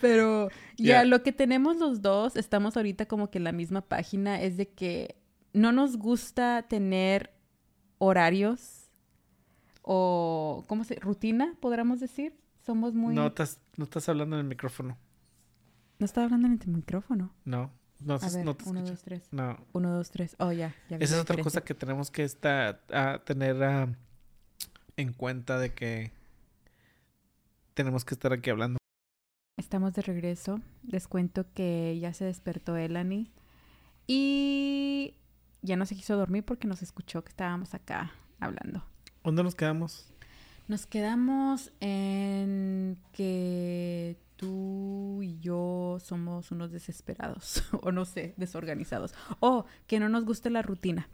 Speaker 2: Pero ya
Speaker 1: Ya.
Speaker 2: lo que tenemos los dos, estamos ahorita como que en la misma página, es de que no nos gusta tener horarios o, ¿cómo se? Rutina, podríamos decir. Somos muy...
Speaker 1: No
Speaker 2: No,
Speaker 1: estás, no estás hablando en el micrófono.
Speaker 2: estaba hablando en el micrófono.
Speaker 1: No. No,
Speaker 2: A
Speaker 1: se-
Speaker 2: ver,
Speaker 1: no te
Speaker 2: uno,
Speaker 1: escuchas.
Speaker 2: dos, tres.
Speaker 1: No.
Speaker 2: Uno, dos, tres. Oh, ya. ya vi
Speaker 1: Esa
Speaker 2: la
Speaker 1: es otra
Speaker 2: diferencia.
Speaker 1: cosa que tenemos que estar, a tener ah, en cuenta de que tenemos que estar aquí hablando.
Speaker 2: Estamos de regreso. Les cuento que ya se despertó Elani y ya no se quiso dormir porque nos escuchó que estábamos acá hablando.
Speaker 1: ¿Dónde nos quedamos?
Speaker 2: Nos quedamos en que tú y yo somos unos desesperados o no sé, desorganizados o que no nos gusta la rutina.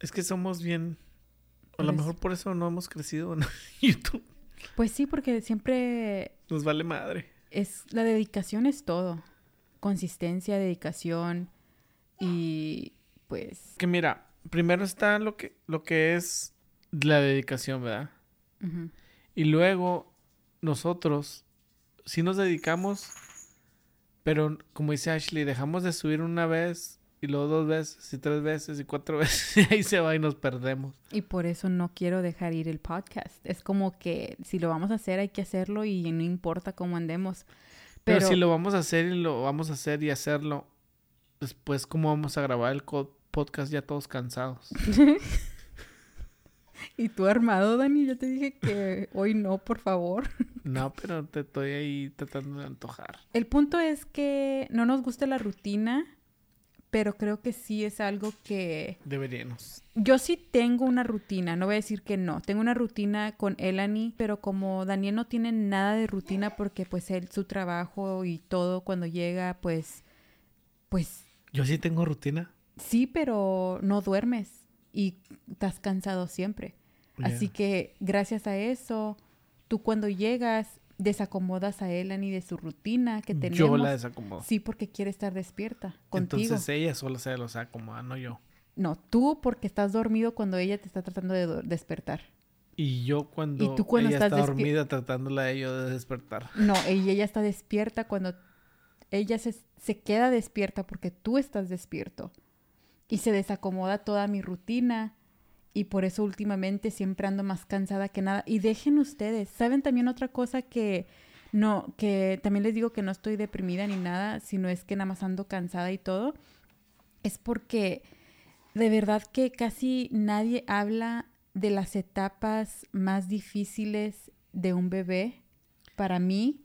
Speaker 1: Es que somos bien. A
Speaker 2: Por
Speaker 1: lo
Speaker 2: eso.
Speaker 1: mejor por eso no hemos crecido en YouTube.
Speaker 2: Pues sí, porque siempre
Speaker 1: Nos vale madre.
Speaker 2: es la dedicación es todo. Consistencia, dedicación y pues
Speaker 1: Que mira, primero está lo que, lo que es la dedicación, ¿verdad?
Speaker 2: ujú.
Speaker 1: Y luego nosotros sí nos dedicamos, pero como dice Ashley, dejamos de subir una vez y luego dos veces y tres veces y cuatro veces y ahí se va y nos perdemos.
Speaker 2: Y por eso no quiero dejar ir el podcast. Es como que si lo vamos a hacer, hay que hacerlo y no importa cómo andemos.
Speaker 1: Pero,
Speaker 2: Pero,
Speaker 1: si lo vamos a hacer y lo vamos a hacer y hacerlo, después cómo vamos a grabar el co- podcast ya todos cansados.
Speaker 2: Y tú armado, Dani, yo te dije que hoy no, por favor.
Speaker 1: No, pero te estoy ahí tratando de antojar.
Speaker 2: El punto es que no nos gusta la rutina, pero creo que sí es algo que...
Speaker 1: Deberíamos.
Speaker 2: Yo sí tengo una rutina, no voy a decir que no. Tengo una rutina con Elani, pero como Daniel no tiene nada de rutina porque pues él, su trabajo y todo cuando llega, pues... Pues
Speaker 1: Yo sí tengo rutina.
Speaker 2: Sí, pero no duermes y estás cansado siempre. Así que gracias a eso, tú cuando llegas desacomodas a Elani de su rutina que tenemos.
Speaker 1: Yo la desacomodo.
Speaker 2: Sí, porque quiere estar despierta contigo.
Speaker 1: Entonces eh ella sola se los acomoda, no yo.
Speaker 2: No, tú porque estás dormido cuando ella te está tratando de do- despertar.
Speaker 1: Y yo cuando,
Speaker 2: tú cuando
Speaker 1: ella
Speaker 2: estás
Speaker 1: está
Speaker 2: despi-
Speaker 1: dormida tratándola de yo de despertar.
Speaker 2: No, y ella está despierta cuando ella se, se queda despierta porque tú estás despierto. Y se desacomoda toda mi rutina. Y por eso últimamente siempre ando más cansada que nada. Y dejen ustedes, ¿saben también otra cosa que no, que también les digo que no estoy deprimida ni nada, sino es que nada más ando cansada y todo? Es porque de verdad que casi nadie habla de las etapas más difíciles de un bebé para mí,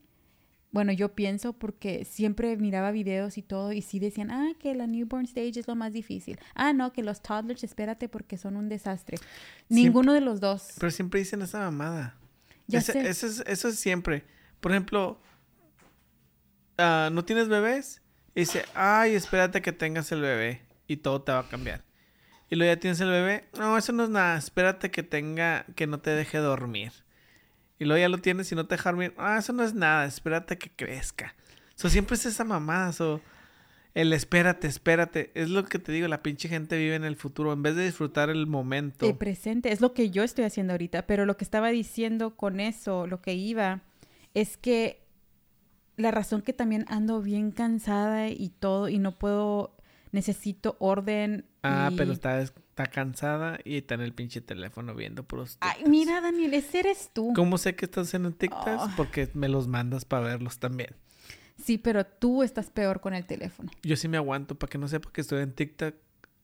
Speaker 2: bueno, yo pienso porque siempre miraba videos y todo y sí decían, ah, que la newborn stage es lo más difícil. Ah, no, que los toddlers, espérate porque son un desastre. Ninguno de los dos.
Speaker 1: Pero siempre dicen esa mamada.
Speaker 2: ya
Speaker 1: Ese-
Speaker 2: sé.
Speaker 1: Eso, es, eso es siempre. Por ejemplo, ah, ¿no tienes bebés? Y dice, ay, espérate que tengas el bebé y todo te va a cambiar. Y luego ya tienes el bebé. No, eso no es nada. Espérate que tenga, que no te deje dormir. Y luego ya lo tienes y no te deja dormir. Ah, eso no es nada. Espérate que crezca. So, siempre es esa mamada. So, el espérate, espérate. Es lo que te digo. La pinche gente vive en el futuro. En vez de disfrutar el momento.
Speaker 2: Eh, presente, es lo que yo estoy haciendo ahorita, pero lo que estaba diciendo con eso, lo que iba, es que la razón que también ando bien cansada y todo y no puedo, necesito orden.
Speaker 1: Ah,
Speaker 2: y-
Speaker 1: pero está, está cansada y está en el pinche teléfono viendo puros
Speaker 2: Ay,
Speaker 1: TikToks.
Speaker 2: mira, Daniel, ese eres tú.
Speaker 1: ¿Cómo sé que estás en el TikToks?
Speaker 2: Oh.
Speaker 1: Porque me los mandas para verlos también.
Speaker 2: Sí, pero tú estás peor con el teléfono.
Speaker 1: Yo sí me aguanto para que no sepa que estoy en TikTok.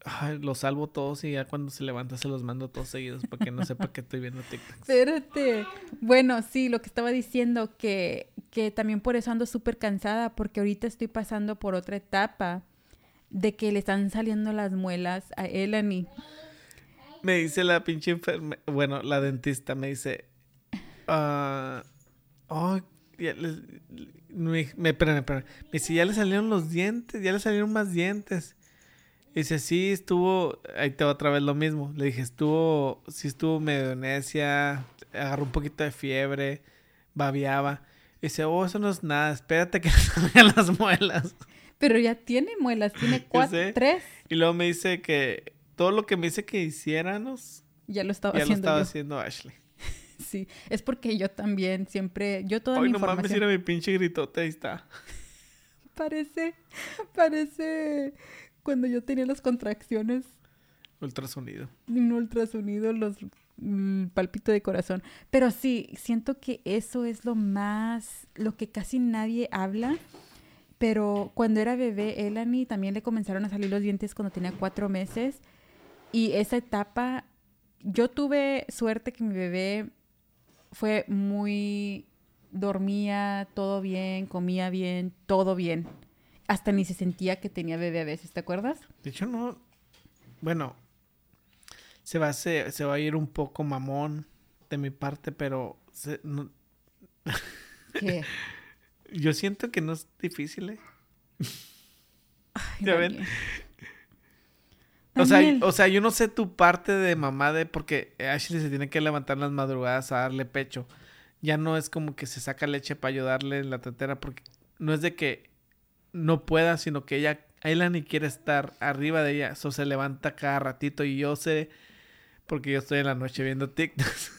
Speaker 1: Ay, los salvo todos y ya cuando se levanta se los mando todos seguidos para que no sepa que estoy viendo TikToks.
Speaker 2: Espérate. Bueno, sí, lo que estaba diciendo, que, que también por eso ando súper cansada, porque ahorita estoy pasando por otra etapa de que le están saliendo las muelas a Elani.
Speaker 1: Me dice la pinche enfermera, bueno, la dentista me dice, ah, oh, ya les- me, me, espérame, espérame. Me dice, ya le salieron los dientes, ya le salieron más dientes. Y dice, sí, estuvo, ahí te va otra vez lo mismo. Le dije, estuvo, sí estuvo medio necia, agarró un poquito de fiebre, babeaba. Y dice, oh, eso no es nada, espérate que le salgan las muelas.
Speaker 2: Pero ya tiene muelas, tiene cuatro,
Speaker 1: sé.
Speaker 2: tres.
Speaker 1: Y luego me dice que todo lo que me dice que hiciéramos,
Speaker 2: Ya lo estaba
Speaker 1: ya lo
Speaker 2: haciendo
Speaker 1: estaba
Speaker 2: yo.
Speaker 1: haciendo Ashley.
Speaker 2: Sí, es porque yo también siempre, yo toda
Speaker 1: Ay,
Speaker 2: mi
Speaker 1: no mames,
Speaker 2: información
Speaker 1: mira mi pinche gritote, ahí está.
Speaker 2: parece, parece cuando yo tenía las contracciones
Speaker 1: Ultrasonido.
Speaker 2: en ultrasonido los mm, palpito de corazón. Pero sí, siento que eso es lo más, lo que casi nadie habla. Pero cuando era bebé, Elani también le comenzaron a salir los dientes cuando tenía cuatro meses. Y esa etapa, yo tuve suerte que mi bebé fue muy, dormía todo bien, comía bien, todo bien. Hasta ni se sentía que tenía bebé a veces, ¿te acuerdas?
Speaker 1: De hecho, no. Bueno, se va, a se, se va a ir un poco mamón de mi parte, pero se- no-
Speaker 2: Que,
Speaker 1: yo siento que no es difícil, ¿eh?
Speaker 2: ay,
Speaker 1: Ya ven.
Speaker 2: Daniel.
Speaker 1: O sea,
Speaker 2: Daniel.
Speaker 1: o sea, yo no sé tu parte de mamá de porque Ashley se tiene que levantar en las madrugadas a darle pecho. Ya no es como que se saca leche para ayudarle en la tetera porque no es de que no pueda, sino que ella Ailani quiere estar arriba de ella, eso se levanta cada ratito y yo sé porque yo estoy en la noche viendo TikToks.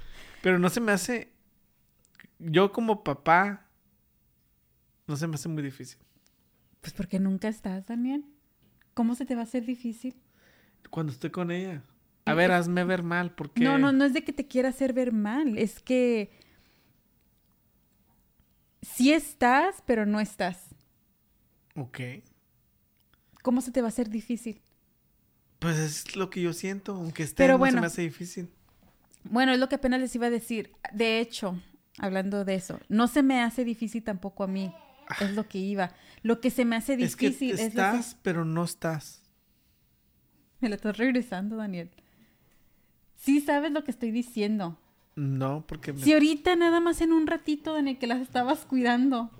Speaker 1: Pero no se me hace yo como papá no se me hace muy difícil.
Speaker 2: Pues porque nunca estás, Daniel. ¿Cómo se te va a hacer difícil?
Speaker 1: Cuando estoy con ella. A ver, hazme ver mal porque
Speaker 2: No, no, no es de que te quiera hacer ver mal, es que sí estás, pero no estás.
Speaker 1: Ok.
Speaker 2: ¿Cómo se te va a hacer difícil?
Speaker 1: Pues es lo que yo siento, aunque esté,
Speaker 2: Pero
Speaker 1: no se
Speaker 2: bueno.
Speaker 1: me hace difícil.
Speaker 2: Bueno, es lo que apenas les iba a decir. De hecho, hablando de eso, no se me hace difícil tampoco a mí. Es lo que iba. Lo que se me hace difícil
Speaker 1: es
Speaker 2: es,
Speaker 1: que
Speaker 2: la-
Speaker 1: estás, pero no estás.
Speaker 2: Me la estás regresando, Daniel. Sí sabes lo que estoy diciendo.
Speaker 1: No, porque me-
Speaker 2: Si ahorita nada más en un ratito en el que las estabas cuidando,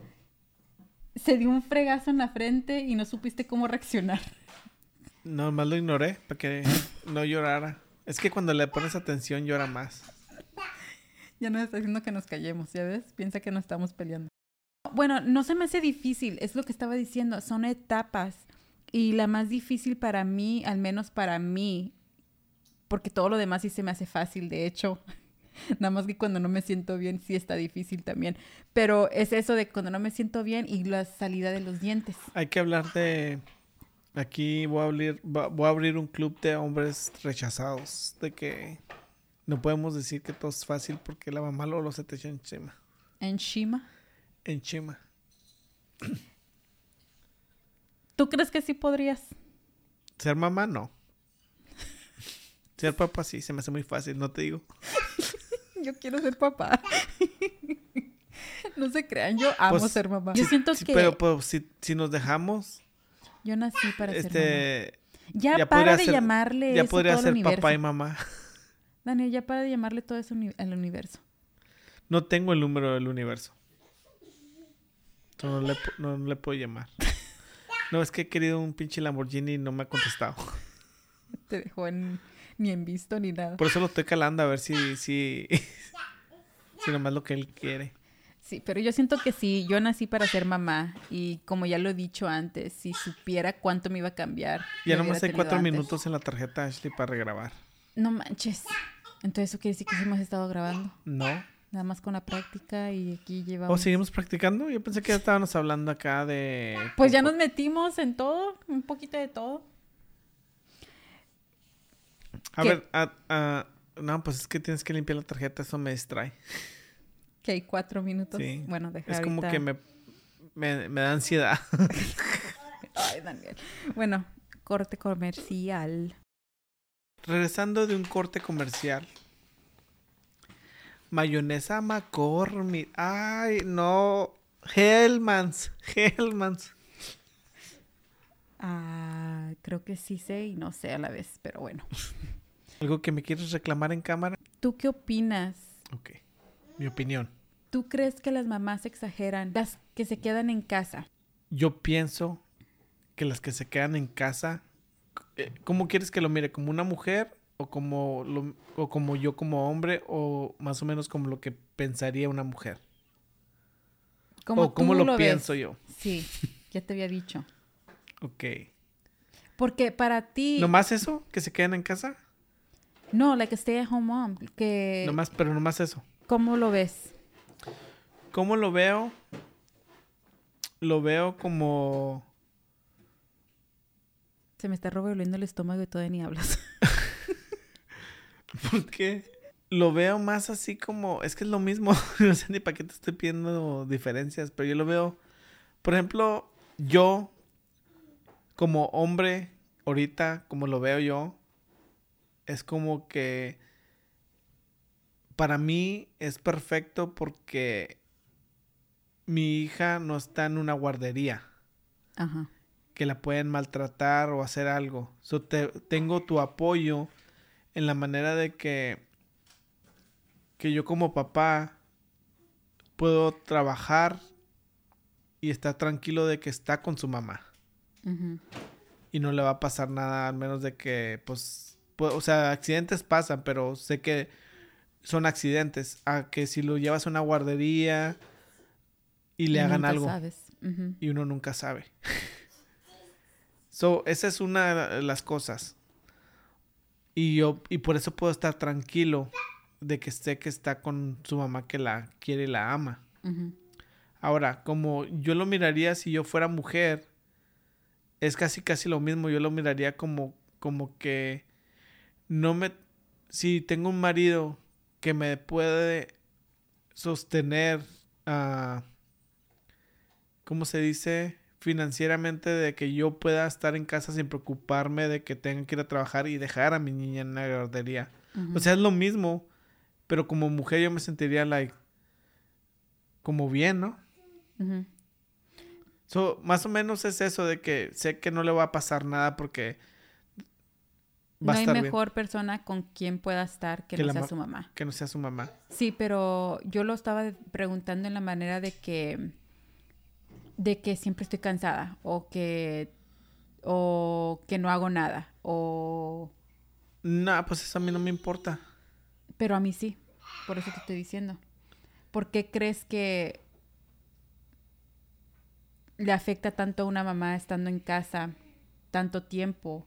Speaker 2: se dio un fregazo en la frente y no supiste cómo reaccionar.
Speaker 1: nomás lo ignoré para que no llorara. Es que cuando le pones atención llora más.
Speaker 2: Ya nos está diciendo que nos callemos, ¿ya ves? Piensa que no estamos peleando. Bueno, no se me hace difícil, es lo que estaba diciendo, son etapas. Y la más difícil para mí, al menos para mí, porque todo lo demás sí se me hace fácil, de hecho. Nada más que cuando no me siento bien sí está difícil también. Pero es eso de cuando no me siento bien y la salida de los dientes.
Speaker 1: Hay que hablar de... Aquí voy a abrir, va- voy a abrir un club de hombres rechazados. De que no podemos decir que todo es fácil porque la mamá lo, se te echa encima.
Speaker 2: En Shima.
Speaker 1: Encima.
Speaker 2: ¿Tú crees que sí podrías?
Speaker 1: Ser mamá, no. Ser papá, sí, se me hace muy fácil, no te digo.
Speaker 2: Yo quiero ser papá. no se crean, yo amo
Speaker 1: Pues,
Speaker 2: ser mamá. Yo siento
Speaker 1: Sí,
Speaker 2: que
Speaker 1: Pero pues, si, si nos dejamos,
Speaker 2: yo nací para ser
Speaker 1: este,
Speaker 2: mamá. Ya,
Speaker 1: ya
Speaker 2: para
Speaker 1: podría
Speaker 2: de
Speaker 1: ser-
Speaker 2: llamarle
Speaker 1: ya
Speaker 2: eso
Speaker 1: podría
Speaker 2: todo al
Speaker 1: ser
Speaker 2: universo.
Speaker 1: papá y mamá.
Speaker 2: Daniel, ya para de llamarle todo eso uni- al universo.
Speaker 1: No tengo el número del universo. Yo No le, pu- no le puedo llamar. No, es que he querido un pinche Lamborghini y no me ha contestado.
Speaker 2: Te dejó en- ni en visto ni nada.
Speaker 1: Por eso lo estoy calando a ver si, si, si nomás lo que él quiere.
Speaker 2: Sí, pero yo siento que sí, yo nací para ser mamá y como ya lo he dicho antes, si supiera cuánto me iba a cambiar.
Speaker 1: Ya
Speaker 2: lo
Speaker 1: nomás
Speaker 2: hubiera
Speaker 1: hay cuatro
Speaker 2: tenido antes.
Speaker 1: minutos en la tarjeta Ashley para regrabar.
Speaker 2: No manches. Entonces eso quiere decir que sí hemos estado grabando,
Speaker 1: No.
Speaker 2: nada más con la práctica y aquí
Speaker 1: ¿O
Speaker 2: llevamos.
Speaker 1: seguimos practicando? Yo pensé que ya estábamos hablando acá de...
Speaker 2: Pues ya nos metimos en todo, un poquito de todo.
Speaker 1: A
Speaker 2: ¿Qué?
Speaker 1: ver, ah, ah, no, pues es que tienes que limpiar la tarjeta, eso me distrae.
Speaker 2: Que hay cuatro minutos.
Speaker 1: Sí.
Speaker 2: Bueno, deja
Speaker 1: Es como
Speaker 2: ahorita-
Speaker 1: que me, me, me da ansiedad.
Speaker 2: Ay, Daniel. Bueno, corte comercial.
Speaker 1: Regresando de un corte comercial. Mayonesa McCormick. Ay, no. Hellmans. Hellmans.
Speaker 2: Ah, creo que sí sé y no sé a la vez, pero bueno.
Speaker 1: ¿Algo que me quieres reclamar en cámara?
Speaker 2: ¿Tú qué opinas?
Speaker 1: Ok. Mi opinión.
Speaker 2: ¿Tú crees que las mamás exageran? Las que se quedan en casa.
Speaker 1: Yo pienso que las que se quedan en casa. eh, ¿Cómo quieres que lo mire? ¿Como una mujer? O como, lo- o como yo como hombre, o más o menos como lo que pensaría una mujer. o
Speaker 2: tú
Speaker 1: como lo,
Speaker 2: ves.
Speaker 1: pienso yo.
Speaker 2: Sí, ya te había dicho.
Speaker 1: Ok.
Speaker 2: Porque para ti...
Speaker 1: ¿Nomás eso? ¿Que se queden en casa?
Speaker 2: No, like a stay at home mom. Que...
Speaker 1: Nomás, pero nomás eso.
Speaker 2: ¿Cómo lo ves?
Speaker 1: ¿Cómo lo veo? Lo veo como...
Speaker 2: Se me está revolviendo el estómago y todavía ni hablas.
Speaker 1: Porque lo veo más así como. Es que es lo mismo. no sé ni para qué te estoy pidiendo diferencias, pero yo lo veo. Por ejemplo, yo, como hombre, ahorita, como lo veo yo, es como que. Para mí es perfecto porque mi hija no está en una guardería
Speaker 2: Ajá.
Speaker 1: que la pueden maltratar o hacer algo. So, te- tengo tu apoyo en la manera de que, que yo como papá puedo trabajar y estar tranquilo de que está con su mamá
Speaker 2: Ujú.
Speaker 1: y no le va a pasar nada, al menos de que, pues, pu- o sea, accidentes pasan, pero sé que son accidentes. A que si lo llevas a una guardería y le hagan
Speaker 2: Nunca
Speaker 1: algo
Speaker 2: sabes. Ujú.
Speaker 1: y uno nunca sabe. so, esa es una de las cosas. Y yo, y por eso puedo estar tranquilo de que sé que está con su mamá que la quiere y la ama.
Speaker 2: Ujú.
Speaker 1: Ahora, como yo lo miraría si yo fuera mujer, es casi casi lo mismo. Yo lo miraría como, como que no me. Si tengo un marido que me puede sostener, ah, ¿cómo se dice? Financieramente, de que yo pueda estar en casa sin preocuparme de que tenga que ir a trabajar y dejar a mi niña en la guardería.
Speaker 2: Ujú.
Speaker 1: O sea, es lo mismo, pero como mujer yo me sentiría, like, como bien, ¿no?
Speaker 2: Ujú.
Speaker 1: So, más o menos es eso de que sé que no le va a pasar nada porque
Speaker 2: No
Speaker 1: va a
Speaker 2: hay
Speaker 1: estar
Speaker 2: mejor persona con quien pueda estar que,
Speaker 1: Que
Speaker 2: no
Speaker 1: la
Speaker 2: sea
Speaker 1: ma-
Speaker 2: su mamá.
Speaker 1: bien, que no sea su mamá.
Speaker 2: Sí, pero yo lo estaba preguntando en la manera de que de que siempre estoy cansada o que o que no hago nada o
Speaker 1: No, pues eso a mí no me importa.
Speaker 2: pero a mí sí, por eso te estoy diciendo. ¿Por qué crees que le afecta tanto a una mamá estando en casa tanto tiempo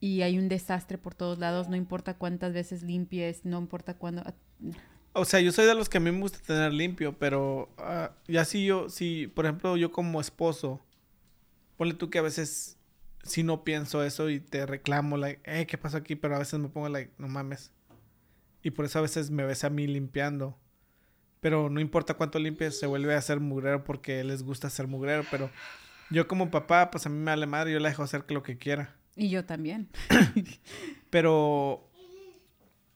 Speaker 2: y hay un desastre por todos lados, no importa cuántas veces limpies, no importa cuándo
Speaker 1: O sea, yo soy de los que a mí me gusta tener limpio, pero ah, ya si yo, si, por ejemplo, yo como esposo, ponle tú que a veces si no pienso eso y te reclamo, like, eh, ¿qué pasó aquí? Pero a veces me pongo, like, no mames. Y por eso a veces me ves a mí limpiando. Pero no importa cuánto limpies, se vuelve a hacer mugrero porque les gusta ser mugrero. Pero yo como papá, pues a mí me vale madre, yo la dejo hacer lo que quiera.
Speaker 2: y yo también.
Speaker 1: Pero.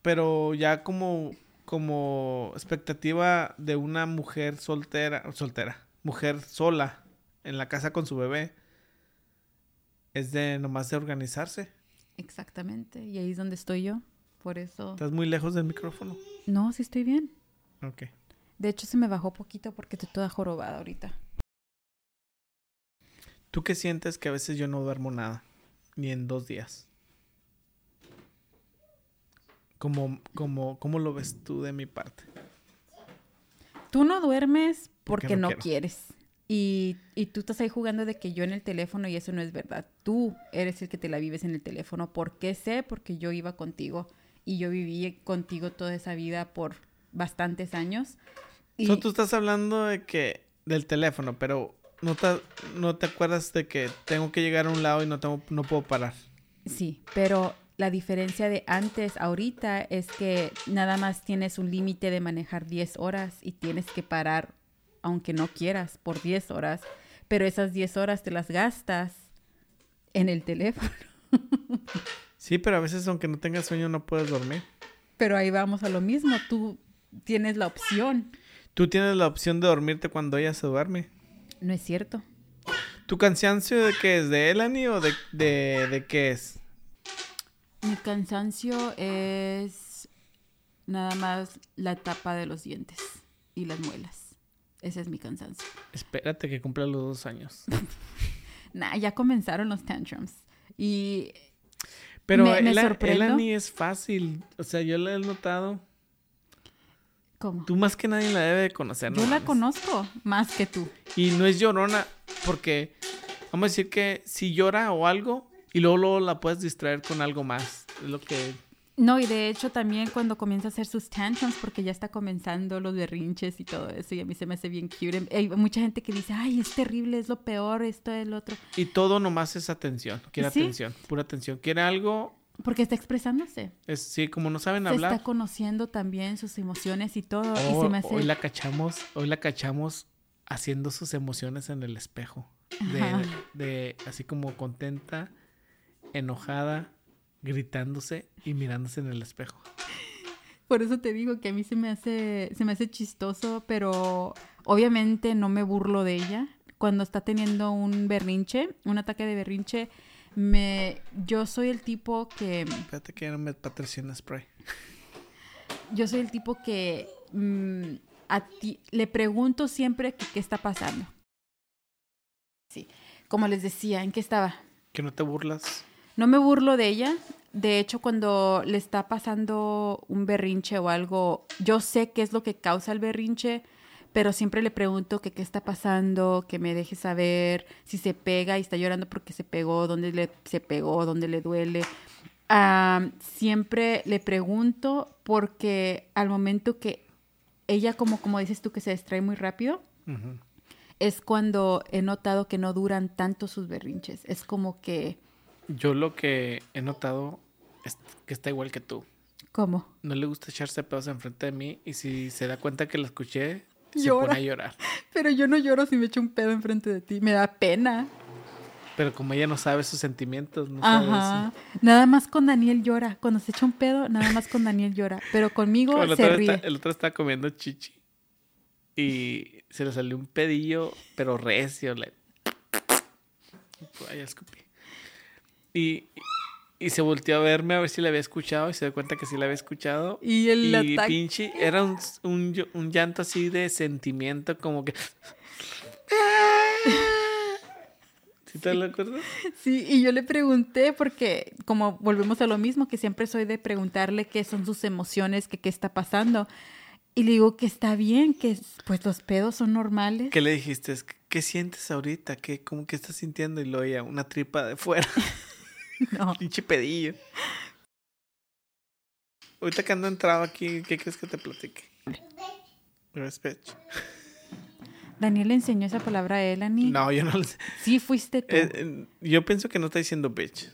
Speaker 1: Pero ya como. Como expectativa de una mujer soltera. Soltera. Mujer sola. En la casa con su bebé. Es de nomás de organizarse.
Speaker 2: Exactamente, y ahí es donde estoy yo. Por eso.
Speaker 1: Estás muy lejos del micrófono.
Speaker 2: No, sí estoy bien.
Speaker 1: Ok.
Speaker 2: De hecho, se me bajó poquito porque estoy toda jorobada ahorita.
Speaker 1: ¿Tú qué sientes que a veces yo no duermo nada? Ni en dos días. Como, como, ¿Cómo lo ves tú de mi parte?
Speaker 2: Tú no duermes
Speaker 1: Porque
Speaker 2: porque
Speaker 1: no
Speaker 2: no,
Speaker 1: quiero.
Speaker 2: quieres. Y, y tú estás ahí jugando de que yo en el teléfono y eso no es verdad. Tú eres el que te la vives en el teléfono. ¿Por qué sé? Porque yo iba contigo y yo viví contigo toda esa vida por bastantes años. Y
Speaker 1: So, tú estás hablando de que del teléfono, pero no te, no te acuerdas de que tengo que llegar a un lado y no tengo, no puedo parar.
Speaker 2: Sí, pero la diferencia de antes a ahorita es que nada más tienes un límite de manejar 10 horas y tienes que parar, aunque no quieras, por 10 horas. Pero esas 10 horas te las gastas en el teléfono.
Speaker 1: Sí, pero a veces aunque no tengas sueño no puedes dormir.
Speaker 2: Pero ahí vamos a lo mismo, tú tienes la opción.
Speaker 1: Tú tienes la opción de dormirte cuando ella se duerme.
Speaker 2: No es cierto.
Speaker 1: ¿Tu cansancio de qué es? ¿De Elani o de, de, de qué es?
Speaker 2: Mi cansancio es nada más la tapa de los dientes y las muelas. Ese es mi cansancio.
Speaker 1: Espérate que cumpla los dos años.
Speaker 2: Nah, ya comenzaron los tantrums. Y
Speaker 1: Pero
Speaker 2: Me- me
Speaker 1: Ela-
Speaker 2: sorprendo.
Speaker 1: Elani es fácil. O sea, yo la he notado.
Speaker 2: ¿Cómo?
Speaker 1: Tú más que nadie la debe de conocer.
Speaker 2: Yo
Speaker 1: no
Speaker 2: la
Speaker 1: mames.
Speaker 2: conozco más que tú.
Speaker 1: Y no es llorona, porque vamos a decir que si llora o algo, y luego, luego la puedes distraer con algo más. Es lo que.
Speaker 2: No, y de hecho también cuando comienza a hacer sus tantrums, porque ya está comenzando los berrinches y todo eso, y a mí se me hace bien cute. Hay mucha gente que dice, ay, es terrible, es lo peor, esto, el otro.
Speaker 1: Y todo nomás es atención. Quiere
Speaker 2: Sí.
Speaker 1: atención, pura atención. Quiere algo
Speaker 2: Porque está expresándose.
Speaker 1: Es, sí, como no saben
Speaker 2: Se
Speaker 1: hablar.
Speaker 2: está conociendo también sus emociones y todo. y se
Speaker 1: Oh,
Speaker 2: me hace...
Speaker 1: Hoy la cachamos, hoy la cachamos haciendo sus emociones en el espejo. De,
Speaker 2: Ajá.
Speaker 1: de- así como contenta, enojada, gritándose y mirándose en el espejo.
Speaker 2: Por eso te digo que a mí se me hace, se me hace chistoso, pero obviamente no me burlo de ella. Cuando está teniendo un berrinche, un ataque de berrinche, me, yo soy el tipo que,
Speaker 1: Espérate que ya no me patrocina spray.
Speaker 2: yo soy el tipo que mm, a ti, le pregunto siempre que qué está pasando. Sí, como les decía, ¿en qué estaba?
Speaker 1: Que no te burlas.
Speaker 2: No me burlo de ella. De hecho, cuando le está pasando un berrinche o algo, yo sé qué es lo que causa el berrinche, pero siempre le pregunto que qué está pasando, que me deje saber si se pega y está llorando porque se pegó, dónde le, se pegó, dónde le duele. Am, siempre le pregunto porque al momento que ella, como, como dices tú, que se distrae muy rápido,
Speaker 1: Ujú.
Speaker 2: es cuando he notado que no duran tanto sus berrinches. Es como que,
Speaker 1: Yo lo que he notado es que está igual que tú.
Speaker 2: ¿cómo?
Speaker 1: No le gusta echarse pedos enfrente de mí y si se da cuenta que la escuché,
Speaker 2: Llora.
Speaker 1: se pone a llorar.
Speaker 2: Pero yo no lloro si me echo un pedo enfrente de ti. Me da pena.
Speaker 1: Pero como ella no sabe sus sentimientos, no sabe
Speaker 2: Ajá. Nada más con Daniel llora. Cuando se echa un pedo, nada más con Daniel llora. Pero conmigo
Speaker 1: eso. El
Speaker 2: se
Speaker 1: otro,
Speaker 2: ríe.
Speaker 1: está, el otro estaba comiendo chichi y se le salió un pedillo, pero recio. Le... Ay, ya escupí. Y, y se volteó a verme a ver si la había escuchado y se dio cuenta que sí la había escuchado.
Speaker 2: Y el
Speaker 1: y
Speaker 2: ataque.
Speaker 1: pinche, era un, un llo- un llanto así de sentimiento, como que. ¿Sí te lo acuerdas?
Speaker 2: Sí, y yo le pregunté porque, como volvemos a lo mismo, que siempre soy de preguntarle qué son sus emociones, que qué está pasando. Y le digo que está bien, que pues los pedos son normales.
Speaker 1: ¿Qué le dijiste? Es que, ¿Qué sientes ahorita? ¿Qué, cómo, que estás sintiendo? Y lo oía, una tripa de fuera,
Speaker 2: No.
Speaker 1: pinche pedillo. Ahorita que ando entrado aquí, ¿qué crees que te platique? Respeto.
Speaker 2: Daniel le enseñó esa palabra a Elani.
Speaker 1: No, yo no lo sé.
Speaker 2: Sí, fuiste tú.
Speaker 1: Eh, eh, yo pienso que no está diciendo bitch.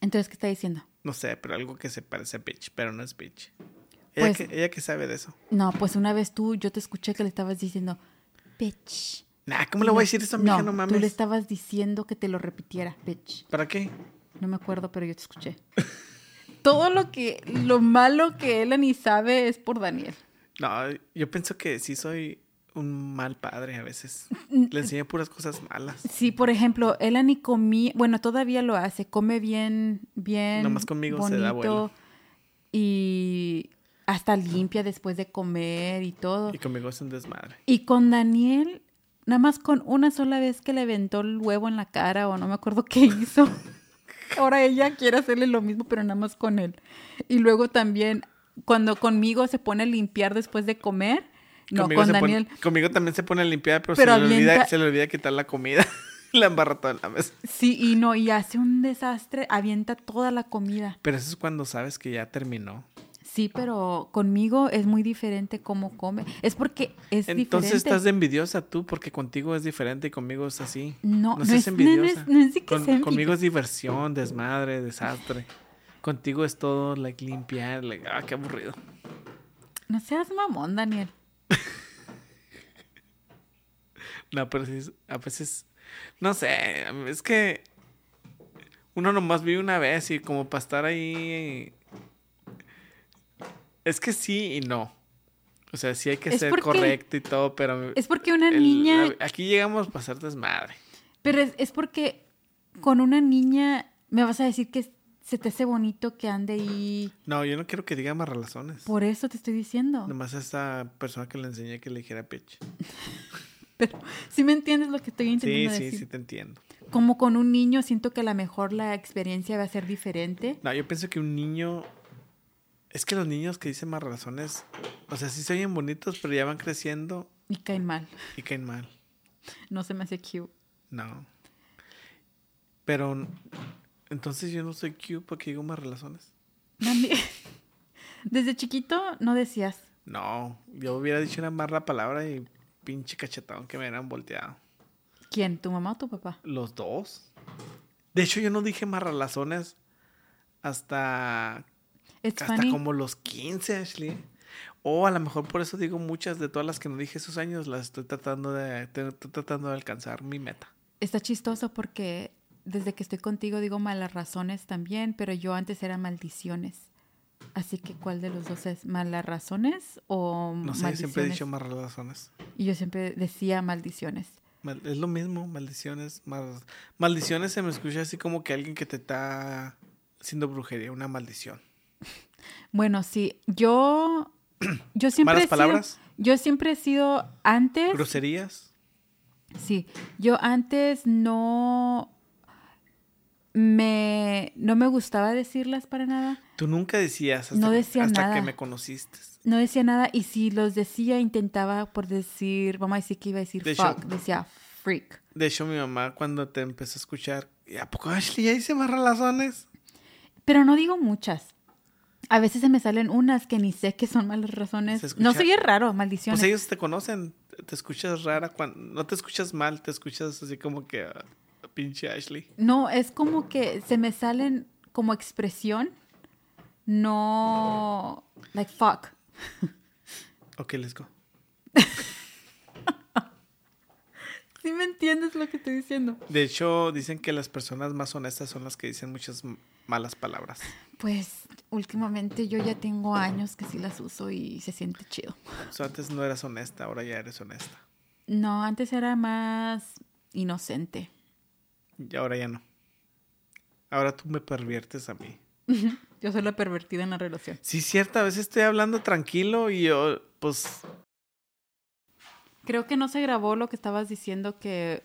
Speaker 2: Entonces, ¿qué está diciendo?
Speaker 1: No sé, pero algo que se parece a bitch, pero no es bitch. Ella,
Speaker 2: Pues-
Speaker 1: que, ella que sabe de eso.
Speaker 2: No, pues una vez tú, yo te escuché que le estabas diciendo, bitch.
Speaker 1: Nah, ¿cómo le voy a decir eso a mi hija? No, mames.
Speaker 2: Tú le estabas diciendo que te lo repitiera, bitch.
Speaker 1: ¿Para qué?
Speaker 2: No me acuerdo, pero yo te escuché. Todo lo que, lo malo que él ni sabe es por Daniel.
Speaker 1: No, yo pienso que sí soy un mal padre a veces.
Speaker 2: Mm,
Speaker 1: Le enseño puras cosas malas.
Speaker 2: Sí, por ejemplo, Elani comía, bueno, todavía lo hace, come bien, bien.
Speaker 1: Nomás conmigo se da vuelo.
Speaker 2: Y hasta limpia después de comer y todo.
Speaker 1: Y conmigo es un desmadre.
Speaker 2: Y con Daniel, nada más con una sola vez que le aventó el huevo en la cara o no me acuerdo qué hizo. Ahora ella quiere hacerle lo mismo, pero nada más con él. Y luego también, cuando conmigo se pone a limpiar después de comer, no,
Speaker 1: conmigo,
Speaker 2: con
Speaker 1: se pone-
Speaker 2: Daniel.
Speaker 1: conmigo también se pone a limpiar, pero,
Speaker 2: Pero
Speaker 1: se, le olvida,
Speaker 2: avienta-
Speaker 1: se le olvida quitar la comida. la embarra toda la mesa.
Speaker 2: Sí, y no, y hace un desastre, avienta toda la comida.
Speaker 1: Pero eso es cuando sabes que ya terminó.
Speaker 2: Sí,
Speaker 1: Ah.
Speaker 2: pero conmigo es muy diferente cómo come. Es porque es
Speaker 1: Entonces
Speaker 2: diferente.
Speaker 1: estás de envidiosa tú, porque contigo es diferente y conmigo es así.
Speaker 2: No, no
Speaker 1: seas
Speaker 2: es- no, no es- no es de que sea
Speaker 1: Conmigo es diversión, desmadre, desastre. Contigo es todo, like, limpiar, like, ah, qué aburrido.
Speaker 2: No seas mamón, Daniel.
Speaker 1: No, pero sí, es- a veces, no sé, es que uno nomás vive una vez y como para estar ahí... Es que sí y no. O sea, sí hay que
Speaker 2: Es
Speaker 1: ser
Speaker 2: porque-
Speaker 1: correcto y todo, pero...
Speaker 2: Es porque una
Speaker 1: el-
Speaker 2: niña
Speaker 1: a- aquí llegamos para hacer desmadre.
Speaker 2: Pero es, es porque con una niña me vas a decir que se te hace bonito que ande ahí.
Speaker 1: No, yo no quiero que diga más razones.
Speaker 2: Por eso te estoy diciendo.
Speaker 1: Nomás a esta persona que le enseñé que le dijera pitch.
Speaker 2: Pero si me entiendes lo que estoy
Speaker 1: Sí,
Speaker 2: intentando
Speaker 1: sí,
Speaker 2: decir.
Speaker 1: sí, te entiendo.
Speaker 2: Como con un niño siento que a lo mejor la experiencia va a ser diferente.
Speaker 1: No, yo pienso que un niño. Es que los niños que dicen más razones. O sea, sí se oyen bonitos, pero ya van creciendo
Speaker 2: Y caen mal.
Speaker 1: y caen mal.
Speaker 2: No se me hace cute.
Speaker 1: No. Pero. Entonces yo no soy cute porque digo más razones.
Speaker 2: Mami, Desde chiquito no decías.
Speaker 1: No, yo hubiera dicho una más la palabra y pinche cachetón que me hubieran volteado.
Speaker 2: ¿Quién? ¿Tu mamá o tu papá?
Speaker 1: Los dos. De hecho, yo no dije más razones hasta,
Speaker 2: It's
Speaker 1: hasta
Speaker 2: funny.
Speaker 1: como los 15, Ashley. O a lo mejor por eso digo muchas de todas las que no dije esos años, las estoy tratando de, te- estoy tratando de alcanzar mi meta.
Speaker 2: Está chistoso porque desde que estoy contigo digo malas razones también, pero yo antes era maldiciones. Así que, ¿cuál de los dos es? ¿Malas razones o
Speaker 1: No sé,
Speaker 2: maldiciones?
Speaker 1: siempre he dicho más razones.
Speaker 2: Y yo siempre decía maldiciones.
Speaker 1: Mal- es lo mismo, maldiciones. mal- maldiciones se me escucha así como que alguien que te está haciendo brujería, una maldición.
Speaker 2: Bueno, sí, yo, yo siempre
Speaker 1: Malas
Speaker 2: he sido-
Speaker 1: palabras.
Speaker 2: yo siempre he sido antes,
Speaker 1: Groserías.
Speaker 2: sí, yo antes no me, no me gustaba decirlas para nada.
Speaker 1: Tú nunca decías hasta,
Speaker 2: No
Speaker 1: que-
Speaker 2: decía
Speaker 1: hasta
Speaker 2: nada.
Speaker 1: que me conociste.
Speaker 2: No decía nada y si los decía intentaba por decir, vamos a decir que iba a decir
Speaker 1: De
Speaker 2: fuck,
Speaker 1: hecho-
Speaker 2: decía freak.
Speaker 1: De hecho, mi mamá cuando te empezó a escuchar, "¿Y ¿a poco Ashley ya hice más razones?
Speaker 2: Pero no digo muchas. A veces se me salen unas que ni sé que son malas
Speaker 1: Se
Speaker 2: razones.
Speaker 1: escucha-
Speaker 2: No soy raro, maldiciones.
Speaker 1: Pues ellos te conocen, te escuchas rara, cuando, no te escuchas mal, te escuchas así como que ah, pinche Ashley.
Speaker 2: No, es como que se me salen como expresión. No, like fuck.
Speaker 1: Ok, let's go.
Speaker 2: ¿Sí me entiendes lo que estoy diciendo?
Speaker 1: De hecho, dicen que las personas más honestas son las que dicen muchas m- malas palabras.
Speaker 2: Pues últimamente yo ya tengo años que sí las uso y se siente chido.
Speaker 1: O sea, antes no eras honesta, ahora ya eres honesta.
Speaker 2: No, antes era más inocente.
Speaker 1: Y ahora ya no. Ahora tú me perviertes a mí.
Speaker 2: Yo soy la pervertida en la relación.
Speaker 1: Sí, cierto, a veces estoy hablando tranquilo y yo, pues,
Speaker 2: Creo que no se grabó lo que estabas diciendo que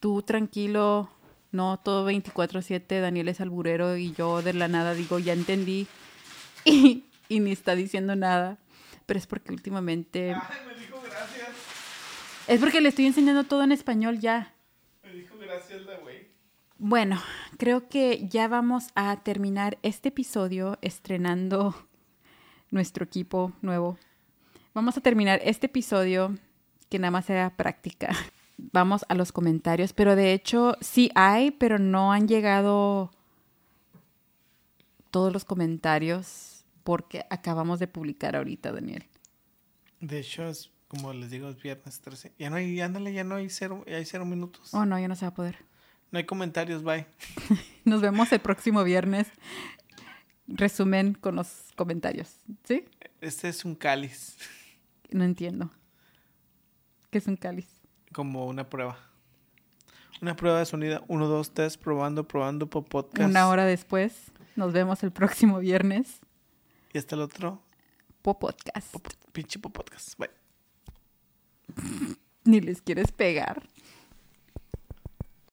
Speaker 2: tú tranquilo, no todo 24/7, Daniel es alburero y yo de la nada digo, ya entendí y, y ni está diciendo nada. Pero es porque últimamente... Es porque le estoy enseñando todo en español ya.
Speaker 1: me dijo gracias la güey.
Speaker 2: Bueno, creo que ya vamos a terminar este episodio estrenando nuestro equipo nuevo. Vamos a terminar este episodio que nada más era práctica. Vamos a los comentarios, pero de hecho sí hay, pero no han llegado todos los comentarios porque acabamos de publicar ahorita, Daniel.
Speaker 1: De hecho, es como les digo, es viernes 13. Ya no hay, ándale, ya no hay cero, ya hay cero minutos.
Speaker 2: Oh, no, ya no se va a poder.
Speaker 1: No hay comentarios, bye.
Speaker 2: Nos vemos el próximo viernes. Resumen con los comentarios, ¿sí?
Speaker 1: Este es un cáliz,
Speaker 2: No entiendo. ¿Qué es un cáliz?
Speaker 1: como una prueba. Una prueba de sonido. Uno, dos, tres, probando, probando por podcast.
Speaker 2: Una hora después, nos vemos el próximo viernes.
Speaker 1: Y hasta el otro,
Speaker 2: Po podcast.
Speaker 1: po- po- pinche po- podcast. Bye.
Speaker 2: Ni les quieres pegar.